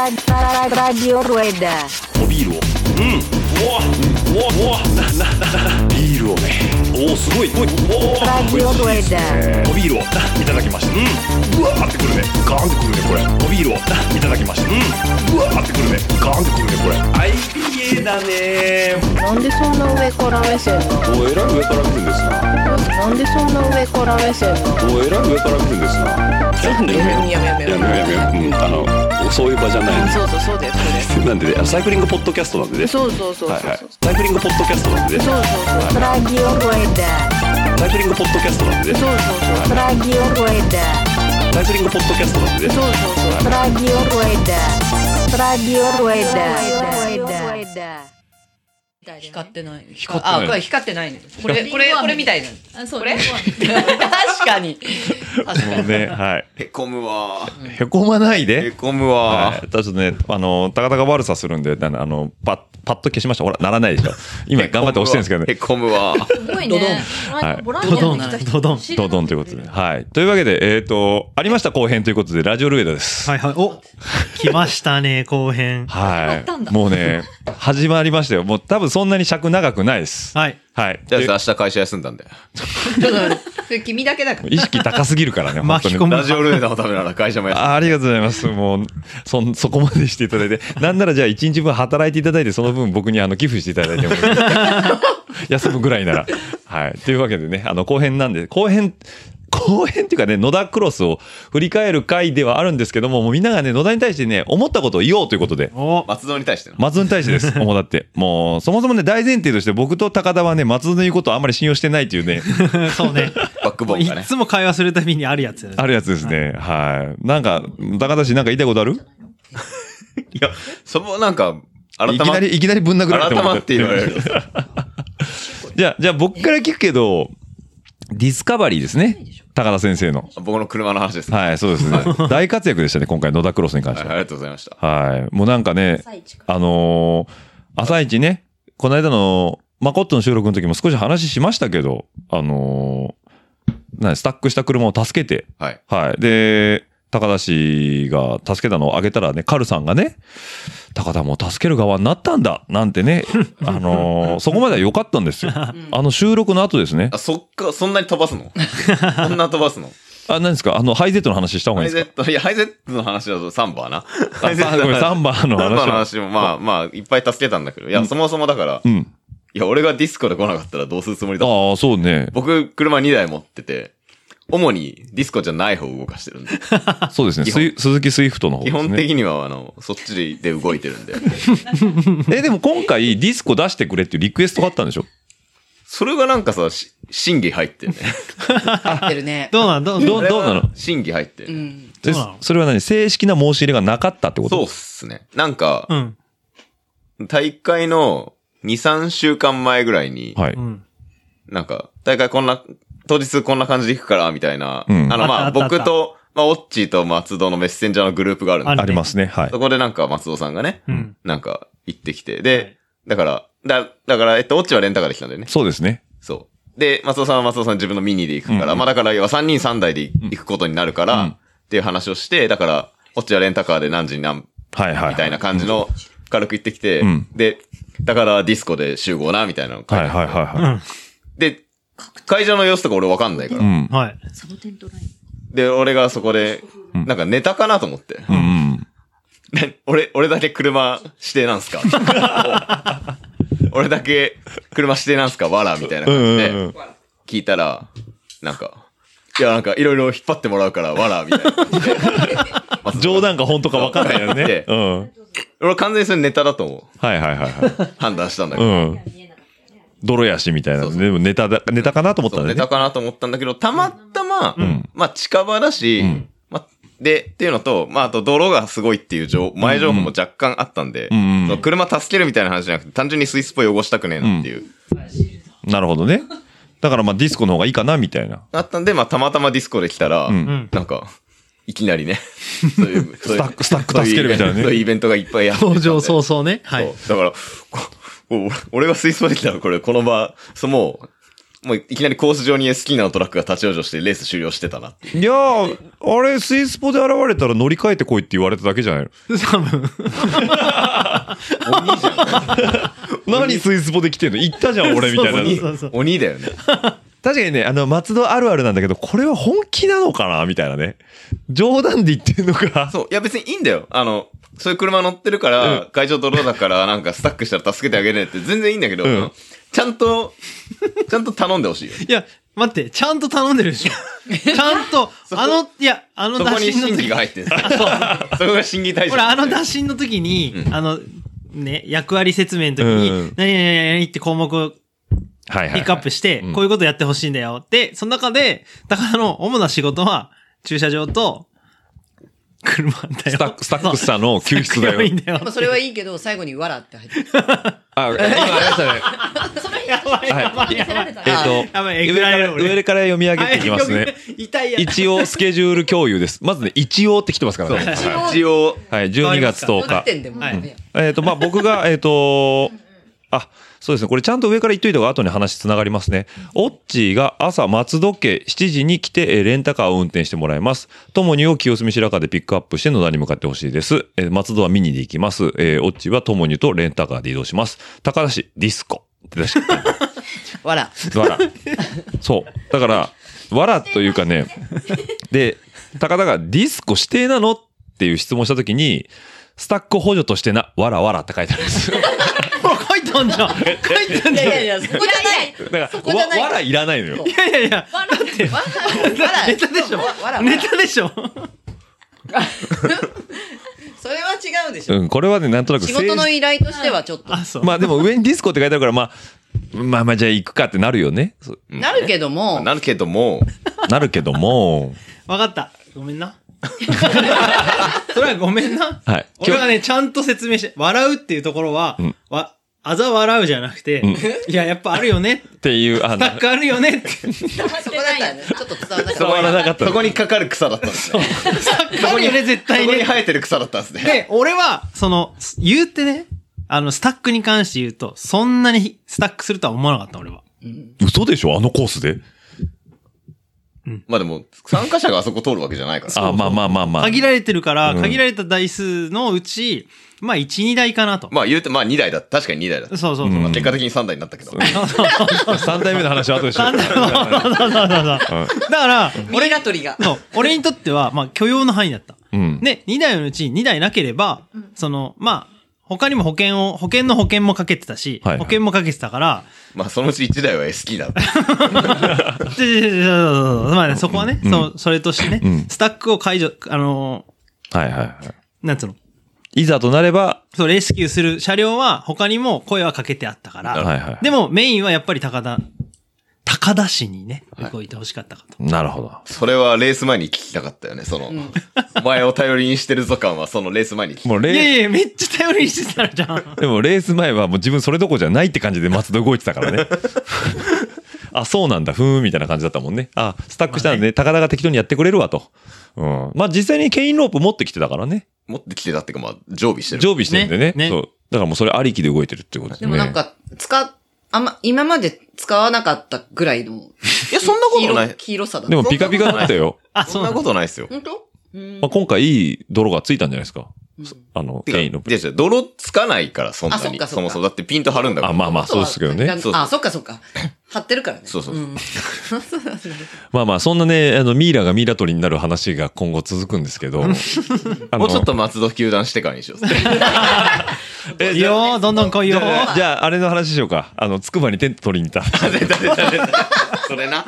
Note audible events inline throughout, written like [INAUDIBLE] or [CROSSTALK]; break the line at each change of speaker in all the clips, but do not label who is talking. Radio Rueda.
おビールを
うわうわなな
ビールをね
おおすごいおお
Radio Rueda.
おビールをないただきましたうんうわーってくるねガーンってくるねこれおビールをないただきましたうんうわーってくるねガーンってくるねこれ
IPA だね
なんでそんな上から目線なの
おえらい上から来るんですな
なんでそんな上から目線なの
おえらい上から来るんですなちょっとねやめ
やめやめ
やめやめやめうんあのそういう場じゃない
そうそうそうだよそ
なんでねサイクリングポッドキャストなんでね
れそうそうそうそう
はい
そう
はいサイクリングポッドキャストなんでね
そうそうそう
Radio Rueda.
サイクリングポッドキャストなんでね
そうそうそう
Radio Rueda.
サイクリングポッドキャストなんでね
そうそうそう
Radio Rueda. Radio Rueda. Radio Rueda.
光ってない。
光ってない
あ、これ光ってないね。これ、これ、これみたいな。
あそう
これ
リンゴ飴
確かに。確か
もう
に。
ね、はい。
へこむわ
[LAUGHS] へこまない
へ
で。
こむわ
はい、ただちょっとね、あの、たかたか悪さするんで、なあの、パッ、パッと消しました。ほら、ならないでしょ。今、頑張って押してるんですけど
へ
ね。[LAUGHS]
こむわ
すごいね
はい
ボランティアに来た人
ドドン
知ら
ド
な
ドンということで。はい。というわけで、えっ、と、ありました後編ということで、ラジオルエダです。
はいはい。お来ましたね、後編。
は
ったんだ
い。もうね、始まりましたよ。もう多分そんなに尺長くないです。
はい。
はい。
じゃあ
で
さ明日会社休んだんで
ちょっと、それ君だけだから。
意識高すぎるからね、本当
巻
に
き込む。
ラジオルーダーのためなら会社も休んだ
あありがとうございます。もう、そん、そこまでしていただいて。なんならじゃあ一日分働いていただいて、その分僕にあの寄付していただいても。 [LAUGHS] 休むぐらいなら。はい。というわけでね、あの、後編なんで、後編、後編っていうかね、野田クロスを振り返る回ではあるんですけども、もうみんながね、野田に対してね、思ったことを言おうということで。
[LAUGHS]
お
松戸に対しての
松戸に対してです。もうだって、もう、そもそもね、大前提として僕と高田はね、松戸の言うことをあんまり信用してないっていうね、
そうね。
バックボーンが
い
ね
つも会話するたびにあるやつ。
あるやつですね。はい。なんか、高田氏なんか言いたいことある
いやそこなんか改ま
いきなり、いきなりぶん殴られて
改
も
まって言われる
じゃあ、じゃあ僕から聞くけど、ディスカバリーですね。高田先生の。
僕の車の話ですね
はい、そうですね。大活躍でしたね、今回、野田クロスに関し
はい
て
あ
は。
りがとうございました
はい。もうなんかね、
い近
あのー朝一ね、この間のマコットの収録の時も少し話しましたけど、あのーなにスタックした車を助けて、
はい
はい。で、高田氏が助けたのをあげたらね、カルさんがね、高田も助ける側になったんだなんて
[LAUGHS]
ね、あのーそこまでは良かったんですよ。あの収録の後ですね。
あそっかそんなに飛ばす
[LAUGHS]
のそんな飛ばすの
あ、何ですかあの、ハイゼットの話した方が
ハ
い
イ
いで
ゼ
す
ットいやハイゼットの話だとサンバーな
か
ハイゼッ
あ
ト
ごめん
の
サ
話
ンバの
サンバーの
話。
話もまあまあいっぱい助けたんだけどいやそもそもだから
うん。
いや俺がディスコで来なかったらどうするつもりだ
ああ、そうね。
僕、車2台持ってて、主にディスコじゃない方を動かしてるんで、
そうですね。
基本
スイ鈴木スイフトの方で
基
すね。
本的には、あの、そっちで動いてるんで。
え、でも今回ディスコ出してくれっていうリクエストがあったんでしょ
それがなんかさ、し審議入ってるね。
合ってるね。
どうなんど
[LAUGHS]
う
どうどうなの
審議入って
う
る。
ん。
で
そうなの
それは何正式な申し入れがなかったってこと
そうっすね。なんか
う、ん。
大会の2、3週間前ぐらいに、
はい。
うん。
なんか、大会こんな、当日こんな感じで行くから、みたいな。
うん
あの、まあ、
あったあった
僕と、まあ、オッチーと松戸のメッセンジャーのグループがあるんで
ある
ありますね。はい
そ。こでなんか松尾さんがね、
うん
なんか行ってきて、で、
はい
だから、だ、だから、えっと、オッチはレンタカーで来たんだよね。
そうですね。
そう。で、松尾さんは松尾さん自分のミニで行くから、
うん
まあだから、要は3人3台で行くことになるから、
うん
っていう話をして、だから、オッチはレンタカーで何時に何、
はいはい。
みたいな感じの、軽く行ってきて、
うん
で、だからディスコで集合な、みたいなのを書い
は
て
いはいはい
うん。
は
は
で、会場の様子とか俺わかんないから。
い。うん
い。。はい。
サボテンとライ
で、俺がそこで、
うん
なんかネタかなと思って。
うんうん。
ね [LAUGHS] 俺、俺だけ車指定なんすか [LAUGHS] 俺だけ車指定なんすかわらみたいな感じ
うんうんうん
で聞いたら、なんか、いやなんかいろいろ引っ張ってもらうからわらみたいな感じで。まあ
[LAUGHS] 冗談か本当か分かんないよ [LAUGHS] ね。
う
うん。
俺完全にそれネタだと思
はいはいはいは
う。判断したんだ
い。
け
う
ど。
ん。泥やしみたいな。
そうそう
でもネタだ、ネタかなと思った
そ
ん
う
だ
ネ
よね
タ。かなと思ったんだけど、たまたま、
ん
まあ近場だし、
ん
まあで、っていうのと、まああと泥がすごいっていう情前情報も若干あったんで、
んうん
その車助けるみたいな話じゃなくて、単純にスイスっぽい汚したくねえなっていう。
なるほどね。だからまあディスコの方がいいかなみたいな。
あったんで、まあ、たまたまディスコで来たら、
ん
なんか、いきな
[LAUGHS]
りね、そういう、ス
タックスタック助けるみたいなね
そういうイベントがいっぱいやってたんで
登場早々ね。はい。
そうだから、ここ俺が水槽で来たら、これ、この場、そもう、もういきなりコース上に好きなトラックが立ち往生してレース終了してたなって
[LAUGHS]
いう。
いやー、あれ、スイスポで現れたら乗り換えてこいって言われただけじゃないの
多分。
[LAUGHS] 何スイスポで来てんの行ったじゃん、俺みたいな。
そうそうそう
鬼だよね。
確かにね、あの、松戸あるあるなんだけど、これは本気なのかなみたいなね。冗談で言ってんのか。
そう。いや別にいいんだよ。あの、そういう車乗ってるから、会場泥だから、なんかスタックしたら助けてあげるねって全然いいんだけど、
うん
ちゃんと、ちゃんと頼んでほしいよ。
いや、待って、ちゃんと頼んでるでしょ。ちゃんと、あの、いや、あの
そこ
打
に
診の
審
時
議が入ってる。そこが審議対象。
ほら、あの打診の時に、あの、ね、役割説明の時に、
うん
何々何々って項目を
はいはい、
ピックアップして、
うん
こういうことやってほしいんだよ。で、その中で、高田の主な仕事は、駐車場と、車だよ。
スタック、スタックスさんの救出だ
病院
よ。
だよ。
それはいいけど、最後にわらって入ってる。
[LAUGHS]
あ、今ありましたね。
やばい、やばい、やばい。
えっ、と、
やばい、えぐ
上
ら
か
れ
ら
る俺。
上から読み上げていきますね。
あ。痛いや。
一応スケジュール共有です。まずね、一応って来てますからね。
一応、
はい、12月10
な
日。
ってんでもう
はい
ね。
えっ、と、まあ、僕が、 [LAUGHS] えっ、と、あ、そうですね。これちゃんと上から言っといた方が後に話つながりますね。オッチーが朝松戸家7時に来て、えーレンタカーを運転してもらいます。ともにを清澄白河でピックアップして野田に向かってほしいです。えー松戸はミニで行きます。えーオッチーはともにとレンタカーで移動します。高田市ディスコ。って出して
わら。
[LAUGHS] わら。そう。だから、わらというかね、で、高田がディスコ指定なのっていう質問したときに、スタック補助としてな、わらわらって書いてあるん
[LAUGHS]
です。
書いたんじゃん。書いたん
い
じ
や
ゃ
いや
ん。い
いや、そこじゃない。
だ
そ
か
こ
ら、
じゃ
わ
ない
わらいらないのよ。
やいやいや、
わら、わら。
ネタでしょ
わら、わら
ネタでしょ。
それは違うでしょ。
うん、これはね、なんとなく
仕事の
政
依頼としてはちょっと。
あ、そう。
治まあでも上にディスコって書いてあるから、まあ、まあまあじゃあ行くかってなるよね。そう
なるけども、
なるけども、
なるけども、
わかった。ごめん
[LAUGHS]
な。それはごめんな。
はい
俺がね、ちゃんと説明して、笑うっていうところは、
ん
わ、あざ笑うじゃなくて、いや、やっぱあるよね。
っていう、あ
ス
の
タ、ックあるよねって。
そこだったらね、ちょっと伝わらな
そ
か
こ
っ
わらなかった
そこにかかる草だったんですね。
あるよね、絶
そ
対
こに
ね。
生えてる草だったんですね。
で、俺は、その、す言うってね、あの、スタックに関して言うと、そんなにスタックするとは思わなかった、俺は。
嘘でしょあのコースで。
まあでも、参加者があそこ通るわけじゃないから。
あ、まあまあまあまあ。
限られてるから、
うん
限られた台数のうち、まあ、1、2台かなと。
まあ言うて、まあ2台だった。確かに2台だった。
そうそうそう。
うん
まあ結果的に3台になったけど。
3代目の話は後でしよう。
そうそうそうそうだ
[LAUGHS]
から、
た。ミイラ取りが。
そう、俺にとっては、まあ、許容の範囲だった。
うん。
で、2台のうち2台なければ、その、まあ、他にも保険を、保険の保険もかけてたし、
はいはい
保険もかけてたから、 [LAUGHS]
まあそのうち1台は S キーだった。
ちょちょちょちょちょまあね、そこはね、
うん
そうそれとしてね、
うん
スタックを解除、あの
はいはいは
ーなんつうの、
い。いざとなれば、
そう、レスキューする車両は他にも声はかけてあったから、
はいはい。
でもメインはやっぱり高田、高田市にね、動いてほしかったかと。
なるほど。
それはレース前に聞きたかったよね。その、お前を頼りにしてるぞ感は、そのレース前に聞き
もうレ
い、や
ー
いや、めっちゃ頼りにしてたじ
[LAUGHS]
ゃん。
でもレース前はもう自分それどころじゃないって感じで松戸動いてたからね。あ、そうなんだ、ふーん、みたいな感じだったもんね。あ、スタックしたんで、高田が適当にやってくれるわと。うん。まあ実際にケインロープ持ってきてたからね。
持ってきてたっていうか、まあ常備してる。
常備してるんでね。
ねね
そう。だからもうそれありきで動いてるってことです
で
ね。
もなんか、使っ、あんま、今まで使わなかったぐらいの。い
やそんなことない
黄色さだ
でもピカピカだったよ。
あ、
そ
そ
ん
うな
なん
だ
ことないですよ。
本当うん
まあ今回いい泥がついたんじゃないですか。あの、ケインロープ。
じゃ泥つかないから、そんな
あそっ
に。
かそっか
そもそも。だってピンと張るんだから。
あ、まあまあそうですけどね。
そう
あ、そっかそっか。貼ってるからね。
そうそう
う
そうん
まあまあそんなね、あの、ミイラがミイラ取りになる話が今後続くんですけど。
もうちょっ
と。
と松戸球団してからにしよう。
[LAUGHS]
いいよ、どんどん来い
じ
よ。
ゃあ、じゃああれの話しようか。あの、つくばにテント取りに行った。 [LAUGHS]
それな。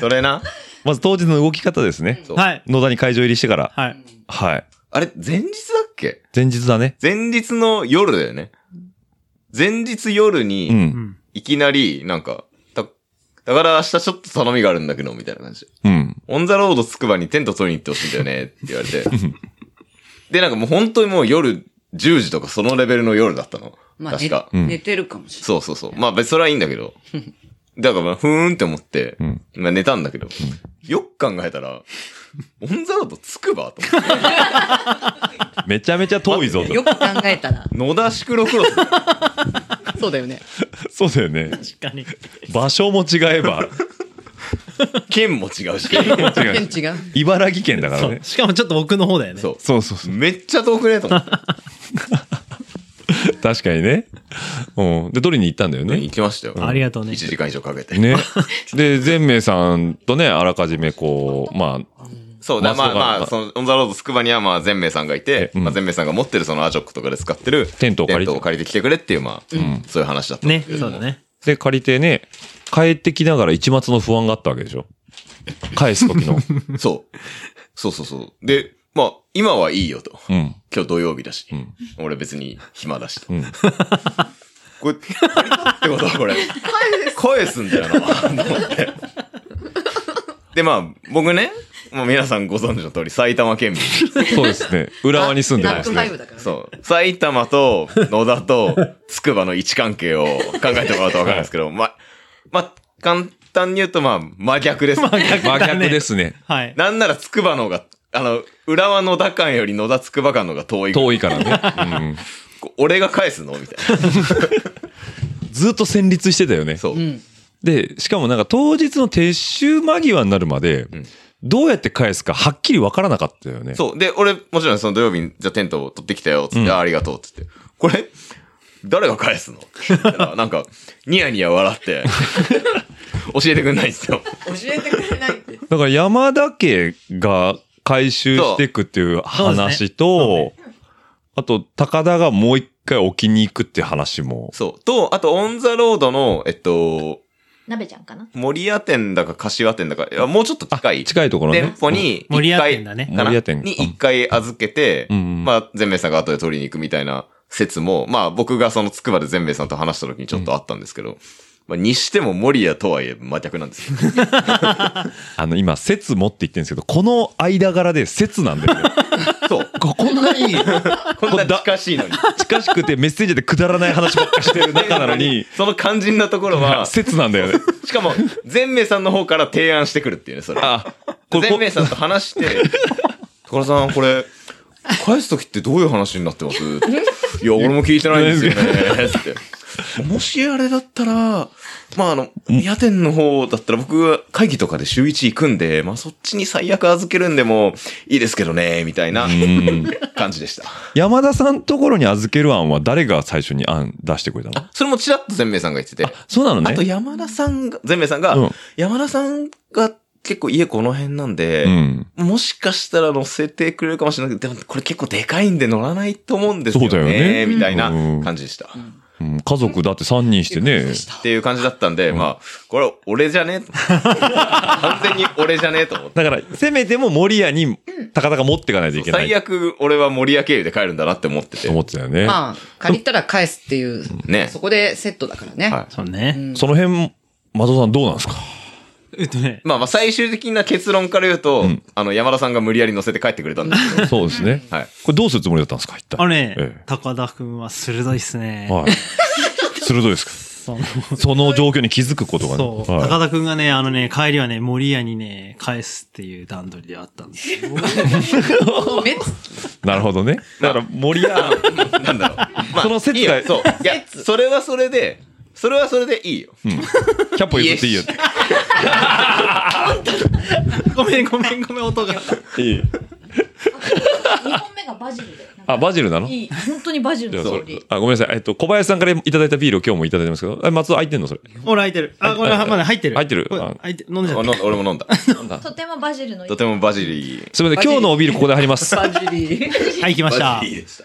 それな。
まず当日の動き方ですね。
そう
はい。
野田に会場入りしてから。
はい。
はい。
あれ、前日だっけ
前日だね。
前日の夜だよね。前日夜
う
に、
ん。
いきなり、なんか、た、だから明日ちょっと頼みがあるんだけど、みたいな感じで。
うん。
オンザロードつくばにテント取りに行ってほしいんだよね、って言
[LAUGHS]
われて。で、なんかもう本当にもう夜10時とかそのレベルの夜だったの。
まあ、
確
寝
か。
ん
寝てるかもしれ
そうそうそう。まあ別にそれはいいんだけ [LAUGHS] ど。だからまあ、ふーんって思って、
ん
まあ寝たんだけど、よく考えたら、オンザロードつくばと思って。
めちゃめちゃ遠いぞ [LAUGHS]
ない。よ
と。
く考えたら。
野田シクロクロス。 [LAUGHS]
そうだよね。
そうだよね。
確かに。
[LAUGHS] 場所も違えば。
県も違うし。
違う。
違う。
茨城県だから
そ
ね
う。。しかもちょっと奥の方だよね。
そう
そうそうそう。
めっちゃ遠くねえと思って。
確かにね。うん。で、取りに行ったんだよね
行。きましたよ。
ありがとうね
1。時間以上かけ
[LAUGHS]
て。
ね。で、全明さんとね、あらかじめこう、まあ、
そうだ、
まあ
まあま
ま
あ、
あ
その、オンザロードつくばにはまあ、全明さんがいて、
うん
まあ、全明さんが持ってるそのアジョックとかで使ってる、
テントを借りて
テンてきてくれっていう、まあ、そういう話だったんで
ね
すけ、れ
そ
ど
う
も
だ。ね。
で、借りてね、帰ってきながら一末の不安があったわけでしょ。返す [LAUGHS] 時の。
そう。そうそうそう。で、まあ、今はいいよと。
うん。
今日土曜日だし、
ん
俺別に暇だしと。
うん
これ、ってことはこれ。返すんだよな、と思ってで、まあ、僕ね、もう皆さんご存知の通り、埼玉県民。
そうですね。浦和に住んで
ラ
ま
ッ
す
プタイ
ね。
ムだからね。
そう。埼玉と野田とつくばの位置関係を考えてもらうとわかるんですけど、ま、ま、簡単に言うと、まあ、真逆です。
真逆ですね。
はい。
なんならつくばの方が、あの、浦和野田間より野田つくば間の方が遠い。
遠いから
[LAUGHS]
ね。
俺が返すのみたいな。
うん。ずっと戦慄してたよね。
そう。
で、しかもなんか当日の撤収間際になるまで、どうやって返すかはっきりわからなかったよね。
[LAUGHS] そう。で、俺、もちろんその土曜日に、じゃあテントを取ってきたよ、つって、
うん
あありがとう、つって。これ、誰が返すのって言ったら、 [LAUGHS] なんか、ニヤニヤ笑って、 [LAUGHS] 教えてくんないんですよ。
教えてくれないって。
だから山田家が回収していくっていう話と、あと高田がもう一回置きに行くっていう話も。
そう。と、あと、オンザロードの、えっと、
鍋ちゃんかな
森屋店だか柏店だか、いやもうちょっと近い。
近いところね。
店舗に、
うん森屋店
一回
だね
かな
森屋店
に一回預けて、
うんうん
まあ、全米さんが後で取りに行くみたいな説も、まあ、僕がそのつくばで全米さんと話した時にちょっとあったんですけど、まあ、にしても森屋とはいえ真逆なんですよ。
あの、今、説もって言ってるんですけど、この間柄で説なんだよね。
[LAUGHS] そう。
ここんなに
こんな近しいのに。
近しくてメッセージでくだらない話ばっかしてる中なの
[LAUGHS]
に、
その肝心なところは、
説なんだよね。
しかも、全明さんの方から提案してくるっていうね、それ。
あ、これ
全明さんと話して、 [LAUGHS] 高田さん、これ、返すときってどういう話になってますいや、俺も聞いてないんですよね。つって。もしあれだったら、まあ、あの、夜店の方だったら僕、会議とかで週一行くんで、まあ、そっちに最悪預けるんでもいいですけどね、みたいな
うん
感じでした。
山田さんところに預ける案は誰が最初に案出してくれたの
それもちらっと全明さんが言ってて、
そうなの
あと
ね。
山田さんが、全明さんが、
うん
山田さんが結構家この辺なんで、
うん。
もしかしたら乗せてくれるかもしれないけど、でもこれ結構でかいんで乗らないと思うんですよね。
そうだよね
みたいな
うん
感じでした。っ
うん家族だって3人してね。
ていう感じだったんで、まあ、これ俺じゃ
[LAUGHS]
ねえと完全に俺じゃねえと思って。
だから、せめても森屋に高田が持っていかないといけない
最悪俺は森屋経由で帰るんだなって思って
と
て。
思ってたよね。
まあ、借りたら返すっていう、
ね
そ。こでセットだからね。
は
そうね。
その辺、松尾さんどうなんですか
えっとね、
まあまあ最終的な結論から言うと、
うん
あの山田さんが無理やり乗せて帰ってくれたんですけど。
そうですね。
[LAUGHS]
はい。
これどうするつもりだったんですか一体。
あのね、
ええ
高田くんは鋭いっすね。
はい。鋭いですか
その
その状況に気づくことがね。
そう、
はい
高田くんがね、あのね、帰りはね、森屋にね、返すっていう段取りであったんですよ。
めっ
なるほどね。だから森屋、
なん
[LAUGHS]
だろう。まあ、
その説が
いいよそう。いや、それはそれで、それはそれでいいよ。
キャッポ譲っていいよって。
ごめんごめんごめん、音が。
いい。
二本目がバジルで。なんか
あ、バジルなの
いい。本当にバジル
じゃあ
の
それ
香り。
あ、ごめんなさい。えっと、小林さんからいただいたビールを今日もいただいてますけど、え松尾開いてんのそれ。
ほら、開いてる。あ、これ、まだ入ってる。
入ってる
これ
あ
入って、飲んで
あ
た
の俺も飲んだ。
とてもバジルのいい
とてもバジリ
すみません。今日のおビールここで入ります。 [LAUGHS]
バジリー。
はい、来ました
バ。ジリでした。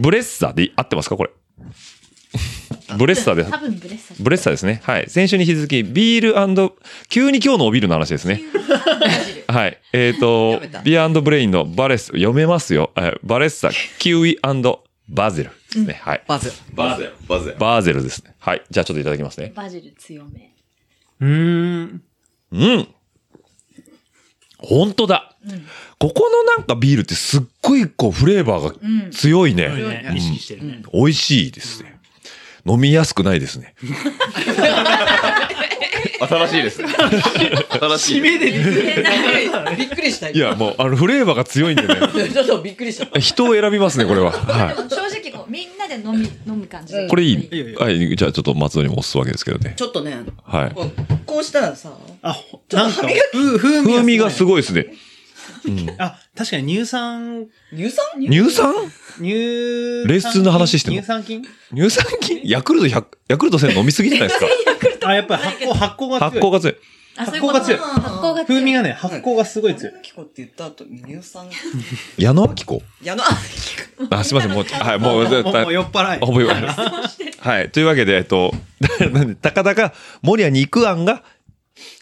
ブレッサーで合ってますかこれ。ブレッサーで。
多分ブレッサー
ブレッサーですね。はい。先週に引き続き、ビール急に今日のおビールの話ですね。はい。えっ、と、ビアブレインのバレス、読めますよ。えーバレッサ、キウイバゼルですね。はい。
[LAUGHS] まず。
バゼル。バゼル。
バーゼルですね。はい。じゃあちょっといただきますね。
バジル強め
うーん。
うん。本当だ。ここのなんかビールってすっごいこうフレーバーが強いね。
これね、意識してるね。
美味しいですね。飲みやすくないですね。
新しいですね。新しい。
びっくりした。 [LAUGHS]
いや、
[LAUGHS]
もう、あの、フレーバーが強いんでね。
ちょっとびっくりした。
人を選びますね、これは。はい。
正直こうみんな
前で飲み、飲む感じで。
これ
い
い
いよいい
い
よ
はい、じゃあちょっと松戸にも押すわけですけどね。
ちょっとね、
はい。
こうこうしたらさ、
あ、ほなんか、ふ風
風味がす
す
ごいですね。
ごい。あ、確かに乳酸、
乳酸
乳酸
乳酸菌。
レース中の話してんの
乳酸菌
乳酸菌ヤクルト100、ヤクルト1000飲みすぎじゃないですか。
あ、やっぱり発酵、発酵が強い。
発酵が強い。
あ、そういうこと
発酵が強い
発酵が強い。
風味がね、発酵がすごい強い。
キコって言った後、乳
[LAUGHS]
酸、
矢野明子
やな、
あ、すいません、もう、はい、もう、
もうもうもう酔っ払い。
覚えてます。はい。というわけで、えっと、 [LAUGHS] なんでたかたか、守谷に行く案が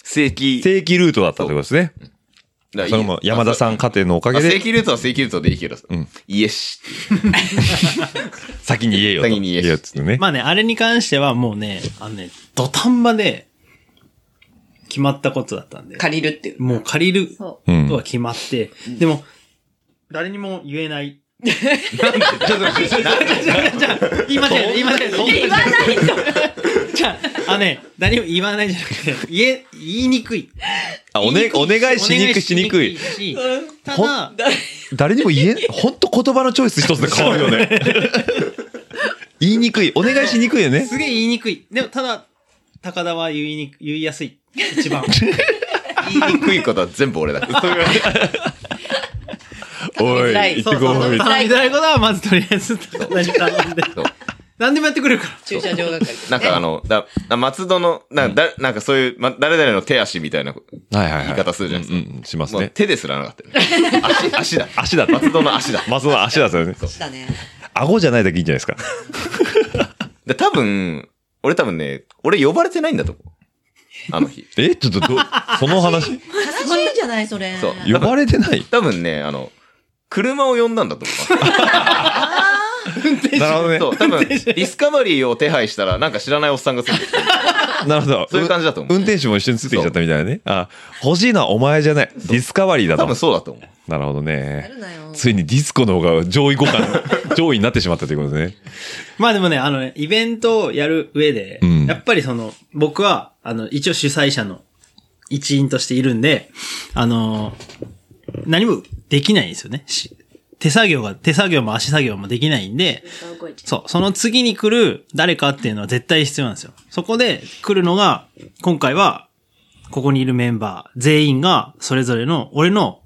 正規。
正規ルートだったということですね。
だから
それも山田さん家庭のおか
あ
げ
正
で、
規ルートは正規ルートでいいけどさ。
うん
イエシ。
先に言えよと。
先に言え
っつってね。
まあね、あれに関してはもうね、あのね、土壇場で決まったことだったんで、
借りるっていう。
もう借りるこ
そう
う
と
ん
は。決まって、でも、誰にも言えない。言い間違えた、言い間違えた。言わないと。じゃあ、あのね、誰にも言わないじゃなくて、言え、言いにくい。
あ、おね、お願いしにくいしにくい。
し。た
ほん
だ、
誰にも言えん、ほんと言葉のチョイス一つで変わるよ
[LAUGHS]
ね。言いにくい。お願いしにくいよね。
すげえ言いにくい。でも、ただ、高田は言いにく、言いやすい。一番。
言いにくいことは全部俺だ。
[LAUGHS] おい、
辛い
行ってこ
そうそ
い
う。
頼みたいことは、まずとりあえず、高田に頼んで。
そう
何でもやってくれるから。
駐車場係。
なんかあの、だ、な松戸の、な、だ、なんかそういう、ま、誰々の手足みたいな、
はいはいはい。
言い方するじゃないですか
うんうん、します
もう
ね。
手ですらなかったよね。足、足だ。
足だった。
松戸の足だ。
松戸の足だったよね。
したね。
顎じゃないだけいいんじゃないですか。
で、多分、俺多分ね、俺呼ばれてないんだと思う。あの日。
え、ちょっとど、そ
[LAUGHS]
の
悲
話、
しいじゃない、それ。
そう
呼ばれ
[LAUGHS]
てない。
多分ね、あの、車を呼んだんだと思
なるほど
う。
ね。
そう、多分、ディスカバリーを手配したら、なんか知らないおっさんがついて
[LAUGHS]
きて
なるほど。
そういう感じだと思う
運転手も一緒についてきちゃったみたいなね。あ、欲しいのはお前じゃない。ディスカバリーだ
多分
と。
そうだと思う。
なるほど
や
ね。
るなよ。
ついにディスコの方が上位
[LAUGHS]
互換、上位になってしまったということでね。
まあでもね、あのね、イベントをやる上で、
うん
やっぱりその、僕は、あの、一応主催者の一員としているんで、あの、何もできないんですよね。し手作業が、手作業も足作業もできないんで、
動いちゃ
そう、その次に来る誰かっていうのは絶対必要なんですよ。そこで来るのが、今回は、ここにいるメンバー全員が、それぞれの、俺の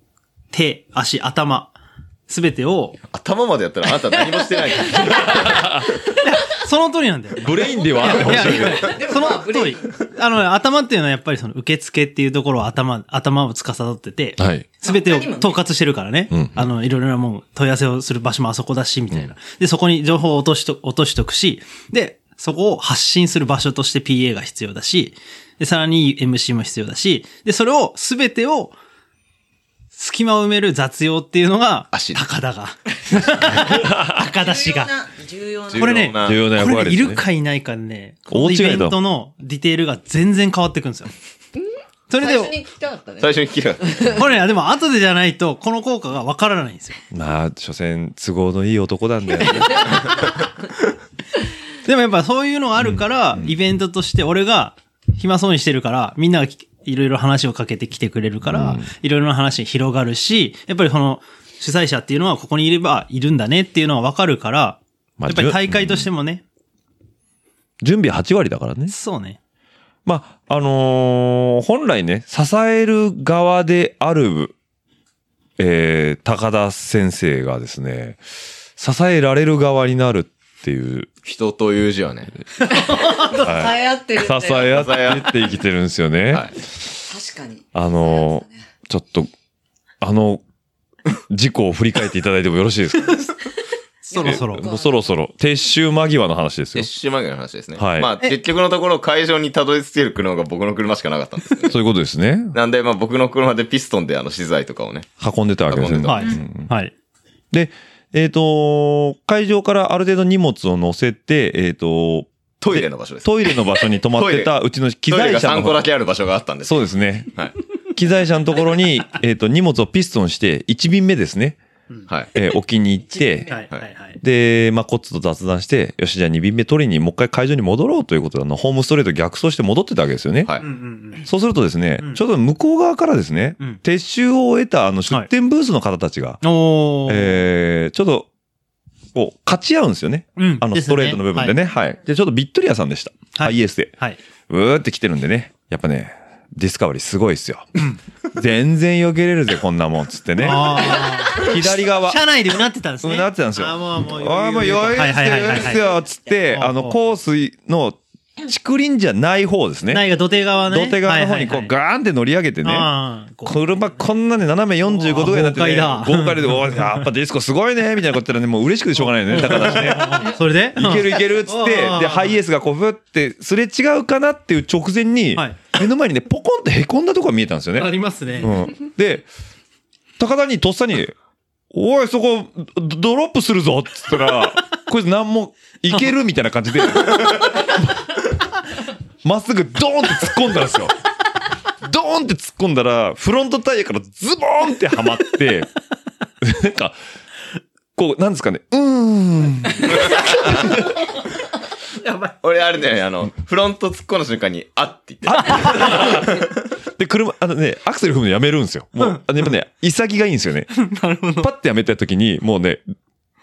手、足、頭、すべてを、
頭までやったらあなた何もしてない。
その通りなんだよ。
ブレインではあって
い
ほし
や
いけど。
いや、その通り。あのね、頭っていうのはやっぱりその受付っていうところを頭、頭を司ってて、
はい。
すべてを統括してるからね。
うん
あの、いろいろなもん、問い合わせをする場所もあそこだし、みたいな。で、そこに情報を落としと、落としとくし、で、そこを発信する場所として PA が必要だし、で、さらに MC も必要だし、で、それを、すべてを、隙間を埋める雑用っていうのが、
足だ
高田
[LAUGHS]
が。高田氏
重要
が。
な、重要な。
これね
重要な
重要な
こ
役
れ
割
ねい
です
る
ね。
かいないかでね、この
大違
イ
いだ
ベントのディテールが全然変わってくるんですよ。それで
最、初に聞きたかったね。
最初に聞けば
これね、でも後でじゃないと、この効果がわからないんですよ。
まあ、所詮、都合のいい男なんだよね。
でもやっぱそういうのがあるから、イベントとして俺が暇そうにしてるから、みんながきいろいろ話をかけてきてくれるから、いろいろな話が広がるし、やっぱりこの主催者っていうのはここにいればいるんだねっていうのがわかるから、
まあ
やっぱり大会としてもね、
準備8割だからね。
そうね。
まあ、あのー本来ね、支える側である、えー、高田先生がですね、支えられる側になるって
[LAUGHS]
いう、
人という字は
[LAUGHS]
ね。
は
流行ってるんだよ
い、支え合って生きてるんですよね。
はい。
確かに。
あのーちょっと、あの、事故を振り返っていただいてもよろしい
[LAUGHS]
ですか
そろそろ
え。もうそろそろ、撤収間際の話ですよ
撤。収漫画の話ですね。
はい
まあ、結局のところ会場にたどり着ける車が僕の車しかなかったんですよね。
[LAUGHS] そういうことですね。
なんで、まあ僕の車でピストンであの資材とかをね。
運んでたわけです
運ん
ね
で。た
はい。はい。
で、えっ、と、会場からある程度荷物を乗せて、えっ、と、
トイレの場所です。ト
トイレの場所に泊まってたうちの機
イレ
材
が
車の
3個だ
方
けある場所があったんです。
そうですね。
はい。
機材車のところに、えっと、荷物をピストンして、1便目ですね。
はい。
えー置きに行っ
は
て、
い。はい。はい。
で、まあ、コッツと雑談して、よし、じゃあ2便目取りに、もう一回会場に戻ろうということで、あの、ホームストレート逆走して戻ってたわけですよね。
は
うんうんうん。
そうするとですね、
うん
ちょうど向こう側からですね、
うん
撤収を終えたあの出店ブースの方たちが、
おー。
えーちょっと、こう、勝ち合うんですよね。
うん
[LAUGHS] あの、
で
ス
すね
トレートの部分でね。はい。で、ちょっとビットリアさんでした。
はい
IS で。
はい。
うーって来てるんでね。やっぱね、ディスカバリーすごいっすよ。全然避けれるぜ、こんなもん。つってね。
あ
左
あ。
[LAUGHS] 側。
車内でうなってたんです
[LAUGHS] う
ね。
なってたんですよ。
あーもうもう。
ああ、もう余裕
はい
で
は
すよ、
いは
余
いは
裕
い
ですよ、つって、
はい
あの、コースの、竹林じゃない方ですね。
内が土手側ね。
土手側の方にこ
は
う、
いはいはい
ガーンって乗り上げてね。
あーこう
車こんなね、斜め45度ぐらいになってね、
豪
豪
快だ
快で、おーやっぱディスコすごいね、みたいなこと言ったらね、もう嬉しくてしょうがないよね、高田氏ね。
それで
いけるいけるっつって
うん、
で、ハイエースがこう、ふって、すれ違うかなっていう直前に
はい、
目の前にね、ポコンって凹んだとこが見えたんですよね。
[LAUGHS] ありますね。
うん。で、高田にとっさに、おい、そこ、ドドロップするぞっつっ
[LAUGHS]
たら、こいつなんも、いけるみたいな感じで、 [LAUGHS] まっすぐドーンって突っ込んだんですよ。ドーンって突っ込んだら、フロントタイヤからズボーンってはまって、なんか、こう、なんですかね、うーん。
俺あれだよね、あの、フロント突っ込んだ瞬間に、あって言って。
で、車、あのね、アクセル踏むのやめるんですよ。もう、あのやっぱね、潔がいいんですよね。
なるほど。
パッてやめた時に、もうね、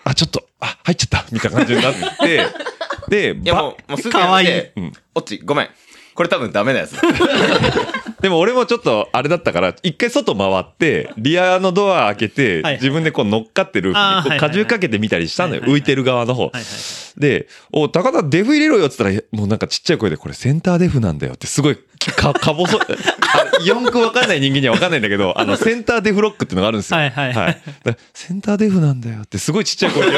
あ、ちょっと、あ、入っちゃった、みたいな感じになって、で、
いや
ば
もう、もうすぐやめて、
うん
オッチ、ごめん。これ多分ダメなやつだ。 [LAUGHS]
[LAUGHS]
でも俺もちょっとあれだったから、一回外回って、リアのドア開けて
はい、
自分でこう乗っかってる、
あーはいはいはい
荷重かけてみたりしたのよ、
はいはいは
浮
い
いてる側の方
はい。はい。
で、お、高田デフ入れろよって言ったら、もうなんかちっちゃい声で、これセンターデフなんだよって、すごい、か、 [LAUGHS] かぼそ、あ四駆わかんない人間にはわかんないんだけど、あの、センターデフロックっていうのがあるんですよ。
はいはいはい
だからセンターデフなんだよって、すごいちっちゃい声で。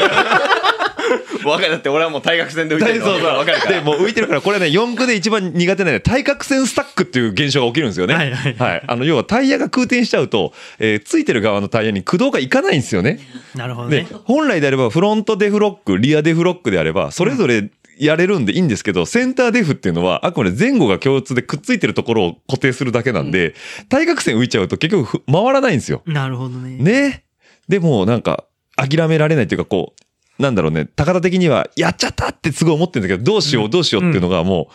わかる。だって俺はもう対角線で浮いてるの。
そうそう
わかるか
で、
ら。
もう浮いてるから、これね、四駆で一番苦手なね、対角線スタックっていう現象が起きるんですよね。
はいはい
あの、要はタイヤが空転しちゃうと、えーついてる側のタイヤに駆動がいかないんですよね。
なるほど
で
ね。、
本来であれば、フロントデフロック、リアデフロックであれば、それぞれやれるんでいいんですけど、センターデフっていうのは、あくまで前後が共通でくっついてるところを固定するだけなんで、対角線浮いちゃうと結局ふ回らないんですよ。
なるほどね。
ね。でも、なんか、諦められないというか、こう、なんだろうね、高田的には、やっちゃったってすごい思ってるんだけど、どうしよう、どうしようっていうのがも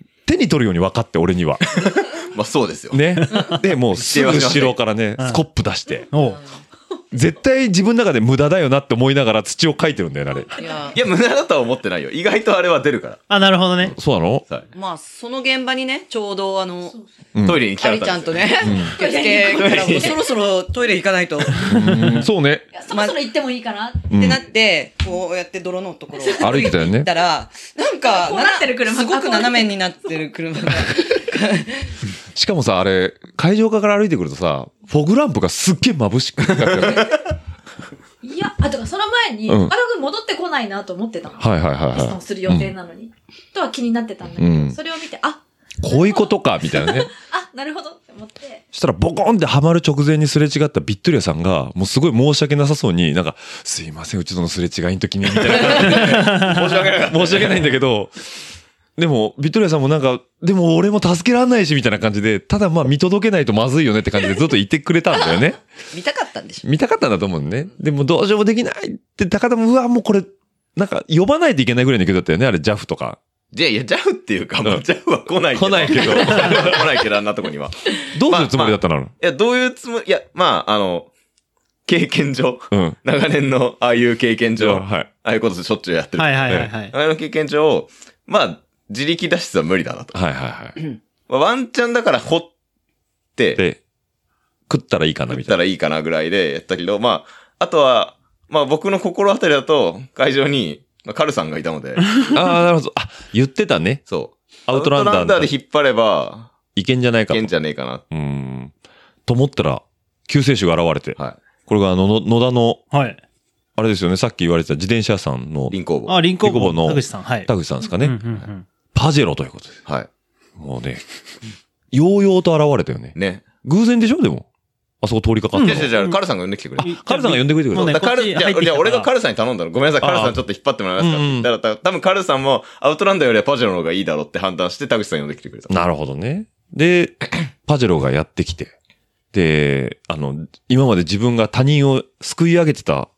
う、手に取るように分かって、俺には。
まあそうですよ。
ね。で、もうすぐ後ろからね、
うん
スコップ出して、
おう
絶対自分の中で無駄だよなって思いながら土をかいてるんだよね、あれ。
いや
い、や、無駄だとは思ってないよ。意外とあれは出るか
あ、なるほどね。
そうなの
ら。はい
まあ、その現場にね、ちょうどあの、
うん
トイレに来
あ
た
り
か
ちゃ
ら
んとね、受 [LAUGHS] 付からもうそろそろトイレ行かないと。
うんそうね。
いやそろそろ行ってもいいかな。
う
っ
ん
てなって、こうやって泥のところを
歩いてたよね
行ったら、なんか、
こうなってる車
すごく斜めになってる車が。
しかもさ、あれ、会場から歩いてくるとさ、フォグランプがすっげえ眩しくて。はい
いや、あ、とかその前に、
う
あ
ん
の君戻ってこないなと思ってたの。
はいはい
テスト
は
をする予定なのに。とは気になってたんだけど、
うん
それを見て、あ、
い。こういうことか、みたいなね。
あ、なるほどって思って。
したらボコンってハマる直前にすれ違ったビットリアさんが、もうすごい申し訳なさそうに、なんか、すいません、うちとのすれ違いの時に、みたいな。申し訳ない。申し訳ないんだけど、でも、ビットリアさんもなんか、でも俺も助けらんないし、みたいな感じで、ただまあ見届けないとまずいよねって感じでずっといてくれたんだよね。
見たかったんでしょ。
見たかったんだと思うんね。でもどうしようもできないって、高田も、うわ、もうこれ、なんか呼ばないといけないぐらいの勢いだったよね、あれ、JAF とか。
で、いや、ジャフっていうか、も
う
うんジャフは [LAUGHS] 来ない
来ないけど
ジャフは来ないけど、あんなとこには。
どうするつもりだった
い
の、
や、どういうつもり、いや、まあ、あの、経験上、
うん。
長年のああいう経験
じゃ
上、
あ、
あ
はい。
あいうことしょっちゅうやってる。
はい
あ
はいはいはい。
あいう経験上、まあ、自力脱出は無理だなと。
はいはいはい。
[CLEARS THROAT] まあワンチャンだから掘って、
で、食ったらいいかな、
食
み
った
い
たらいいかなぐらいでやったけど、まあ、あとは、まあ僕の心当たりだと、会場に、まあカルさんがいたの
[LAUGHS]
で、
な。ああ、なるほど。あ、言ってたね。
そう。
アウトランダー
アウトで引っ張れば、
いけんじゃない
い
かと。
けん
う
じゃねえかな。
ーん。と思ったら、救世主が現れて。
は
これがあの、の野田の、
はい。
あれですよね、さっき言われてた自転車屋さんの
い。、臨行部。
あ、リンコボ
リンコボ
の
の
田口さん。はい。
田口さんですかね。
うんうん
パジェロということで。
はい。
もうね、ようようと現れたよね。
ね。
偶然でしょでも。あそこ通りかかっ
じ
た
ゃじゃ
の。
じゃカルさんが呼んできてくれ
う
た。
ん。
カルさんが呼んでくれてくれ
もう
た。
だ
ね
からカル、じゃ
こっち入ってきた
あ
から
じゃあ俺がカルさんに頼んだの。ごめんなさい、カルさんちょっと引っ張ってもらえますかっ
ああうんう
て。
ん
だからた多分カルさんも、アウトランダーよりはパジェロの方がいいだろうって判断して、田口さん呼んできてくれた。
なるほどね。で、パジェロがやってきて、で、あの、今まで自分が他人を救い上げてた、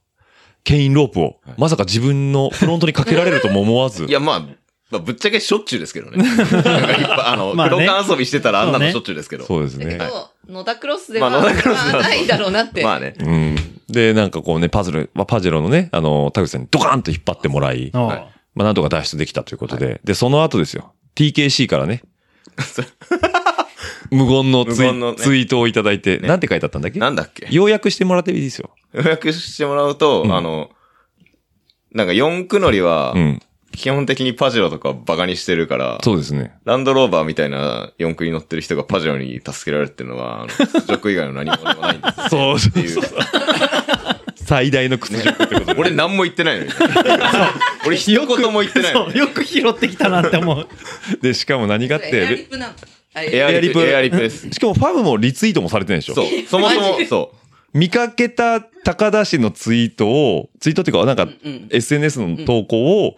牽引ロープを、まさか自分のフロントにかけられるとも思わず
[LAUGHS] い、や、まあ、まあ、ぶっちゃけしょっちゅうですけどね。なんかいっぱいあの、
まあね
黒缶遊びしてたらあんなのしょっちゅうですけど。
そうです
だけ
ね。
ど、野田クロスでは、
まあ野田クロスだと
まあないだろうなって。
まあね。
うん。で、なんかこうね、パズル、まあパジェロのね、あの、田口さんにドカーンと引っ張ってもらい、
おう
はい
まあなんとか脱出できたということで、で、その後ですよ。TKC か
[LAUGHS]
らね、無言のツ
無
イ
言のね
ツイートをいただいて、
ね
なんて書いてあったんだっけ
なんだっけ
要約してもらっていいですよ。
予約してもらうと、
うん
あの、なんか四駆乗りは
う、ん。
基本的にパジェロとかバカにしてるから、
そうですね。
ランドローバーみたいな四駆に乗ってる人がパジェロに助けられるっていうのは、あの屈辱以外の何もでもないんですよ
そう、
っていう。
[LAUGHS] 最大の屈辱ってことで。
[LAUGHS] 俺何も言ってないのに。俺一言も言ってないの
そ
に
う、。よく拾ってきたなって思う。
で、しかも何があっ
エアリ
て
ッ、プなの。あれ
エアリップ、
エ
エ
ア
アリップです。
しかもファムもリツイートもされてないでしょ
そう。そもそも、そう。
見かけた高田氏のツイートを、ツイートっていうか、なんか
うん
SNS の投稿を、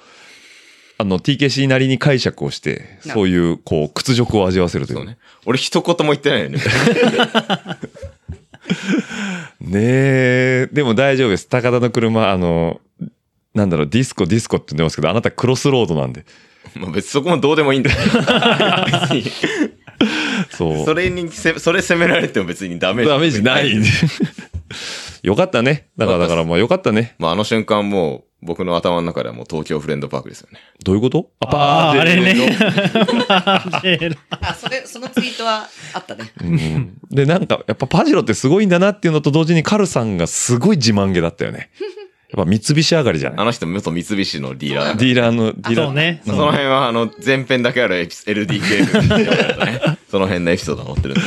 あの、TKC なりに解釈をして、
な
そういう、こう、屈辱を味わせるとい
そう
う。
ね。俺一言も言ってないよね。
ねえ、でも大丈夫です。高田の車、あの、なんだろう、ディスコ、ディスコって言ってますけど、あなたクロスロードなんで。
[LAUGHS] まあ別にそこもどうでもいいんだよ。別
そう。
にそれにせ、それ責められても別にダメージ。
ダメージないんで。 [LAUGHS] よかったね。だから、だから、まあよかったね。
まああの瞬間もう僕の頭の中ではもう東京フレンドパークですよね。
どういうことあ
あーあ
で
れね。
[LAUGHS]
あれ
あ、それ、そのツイートはあったね。
うんで、なんか、やっぱパジロってすごいんだなっていうのと同時に、カルさんがすごい自慢げだったよ [LAUGHS] ね。やっぱ三菱上がりじゃな
あ
い
の人元三菱のディーラー。
ディーラーの、ディーラー。
そうね。
その辺はあの前編だけあるエピ LDK の、ね、その辺のエピソードが載ってるんで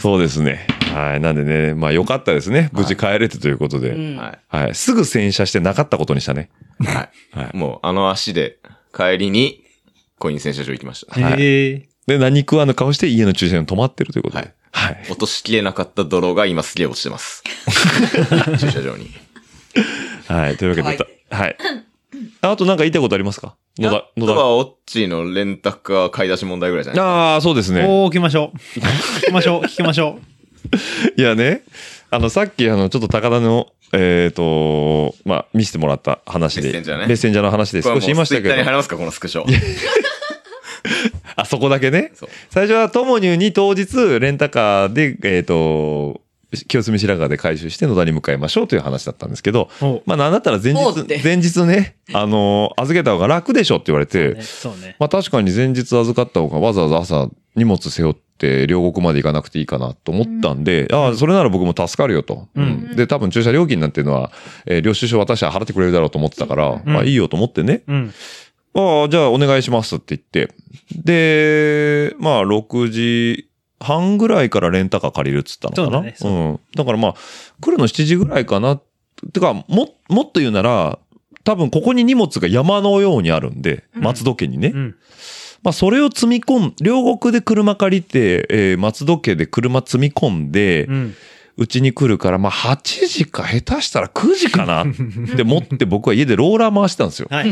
そうですね。はい。なんでね、まあよかったですね。無事帰れてということで。
うん。
はい。
はい。すぐ洗車してなかったことにしたね。
はい。
はい
もうあの足で帰りにコイン洗車場行きました。
はい
へえ。
で、何食わぬ顔して家の駐車場に止まってるということで。はい。
落としきれなかった泥が今すげえ落ちて
[LAUGHS]
ます。駐車場に。
はい。というわけで、たはい。ああとなんか言いたいことありますか野田、
あと
野
はオッチーのレンタカー買い出し問題ぐらいじゃない
田。ああ、そうですね。
おー、聞きましょう。聞きまし
[LAUGHS]
ょう、聞きましょ
いやね、あの、さっき、あの、ちょっと高田の、えっ、と、まあ、見せてもらった話で、
メッセンジャーね
メッセンジャーの話で
これはもう
少し言いましたけ
ツイッターに貼
ど、
りますか、このスクショ。
あそこだけね
そう。
最初は、トモニューに当日、レンタカーで、えっ、と、清澄白河で回収して野田に向かいましょうという話だったんですけど、
お
まあ、なんだったら前
おうって
日、前日ね、あの、預けた方が楽でしょって言われて、
う。ねそうね。
まあ確かに前日預かった方がわざわざ朝荷物背負って両国まで行かなくていいかなと思ったんで、ああ、それなら僕も助かるよと。
うん
で、多分駐車料金なんていうのは、えー領収書私は払ってくれるだろうと思ってたから、
うん
まあいいよと思ってね。
うん。
ああ、じゃあお願いしますって言って。で、まあ6時半ぐらいからレンタカー借りるっつったのかな。
そうだねそう
うん。だからまあ、来るの7時ぐらいかな。てか、も、もっと言うなら、多分ここに荷物が山のようにあるんで、松戸家にね。
うん。
まあ、それを積み込ん、両国で車借りて、えー松戸家で車積み込んで
う、ん。
うちに来るから、まあ、8時か、下手したら9時かなって思って、僕は家でローラー回してたんですよ。
はい。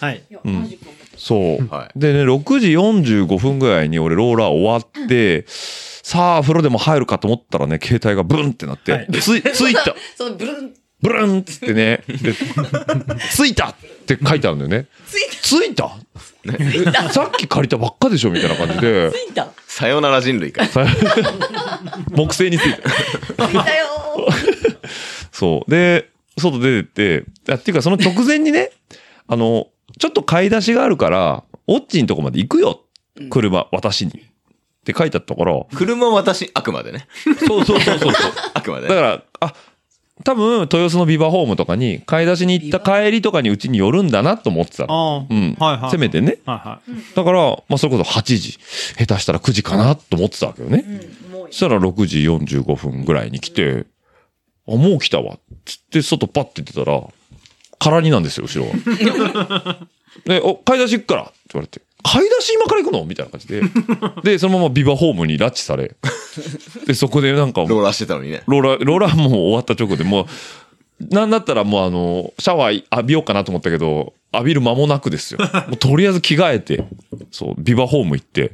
はい。
いや、
うん
マジか。
そう。
はい。
でね、6時45分ぐらいに俺ローラー終わって、さあ、風呂でも入るかと思ったらね、携帯がブンってなって、
はい
つい、ついた
そのブルン、
ブルンっつってね、で着いたって書いてあるんだよね。
つい
着いたえさっき借りたばっかでしょみたいな感じで。
ついた。
さよなら人類か。
さ木星について。
ついたよー。
そう。で、外出てって、あっていうかその直前にね、あの、ちょっと買い出しがあるから、オッチのとこまで行くよ。車、私に。って書いてあったから、
車私、あくまでね。
そうそうそうそう。
[LAUGHS] あくまで
だか
ね。
ら、あ、多分、豊洲のビバホームとかに、買い出しに行った帰りとかにうちに寄るんだなと思ってたの。
あ
う
あ。
ん。
はいはい。
せめてね。
はいはい。
だから、まあ、それこそ8時、下手したら9時かなと思ってたわけよね。
うん、もう
そしたら6時45分ぐらいに来て、あ、もう来たわ。つって外パッて出たら、空になんですよ、後ろが。
[LAUGHS]
で、お、買い出し行くからって言われて、買い出し今から行くのみたいな感じで。で、そのままビバホームに拉致され。で、そこでなんか、ロ
ローラーしてたのにね。
ーラー、ローラーもう終わった直後で、もう、なんだったらもうあの、シャワー浴びようかなと思ったけど、浴びる間もなくですよ。もうとりあえず着替えて、そう、ビバホーム行って、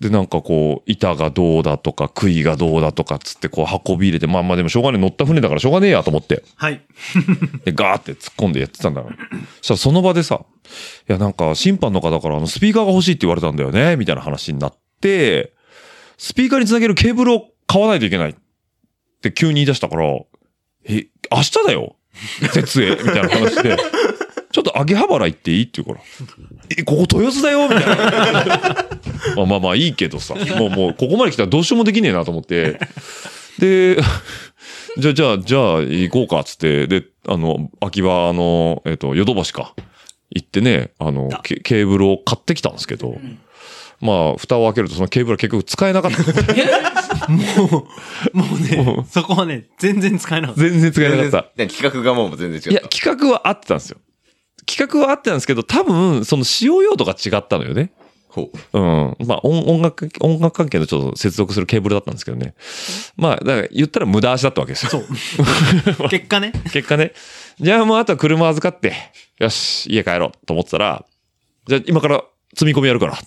で、なんかこう、板がどうだとか、杭がどうだとかっつってこう運び入れて、まあまあでもしょうがねえ、乗った船だからしょうがねえやと思って、
はい。
で、ガーって突っ込んでやってたんだから。そしたらその場でさ、いやなんか審判の方からあのスピーカーが欲しいって言われたんだよね、みたいな話になって、スピーカーにつなげるケーブルを買わないといけないって急に言い出したから、ええ、明日だよ設営みたいな話で、ちょっと秋葉原行っていいって言うから、え、ここ豊洲だよみたいな。まあまあまあいいけどさ、もうもうここまで来たらどうしようもできねえなと思って、で、じゃあ、じゃあ、じゃあ、行こうか、つって、で、あの、秋葉、あの、えっ、と、ヨドバシか、行ってね、あの、ケケーブルを買ってきたんですけど、まあ、蓋を開けるとそのケーブルは結局使えなかった。
もう、もうね、そこはね、全然使えなかった。
[LAUGHS] 全然使えなかった。
ね企画がもう全然
い
違
や
っ、た。
企画は合ってたんですよ。企画は合ってたんですけど、多分、その使用用途が違ったのよね。
ほう。
うん。まあ、音音楽、音楽関係のちょっと接続するケーブルだったんですけどね。まあ、だから言ったら無駄足だったわけですよ。
そう。結果ね。
結果ね。じゃあもうあとは車預かって、よし、家帰ろうと思ってたら、じゃあ今から積み込みやるから。って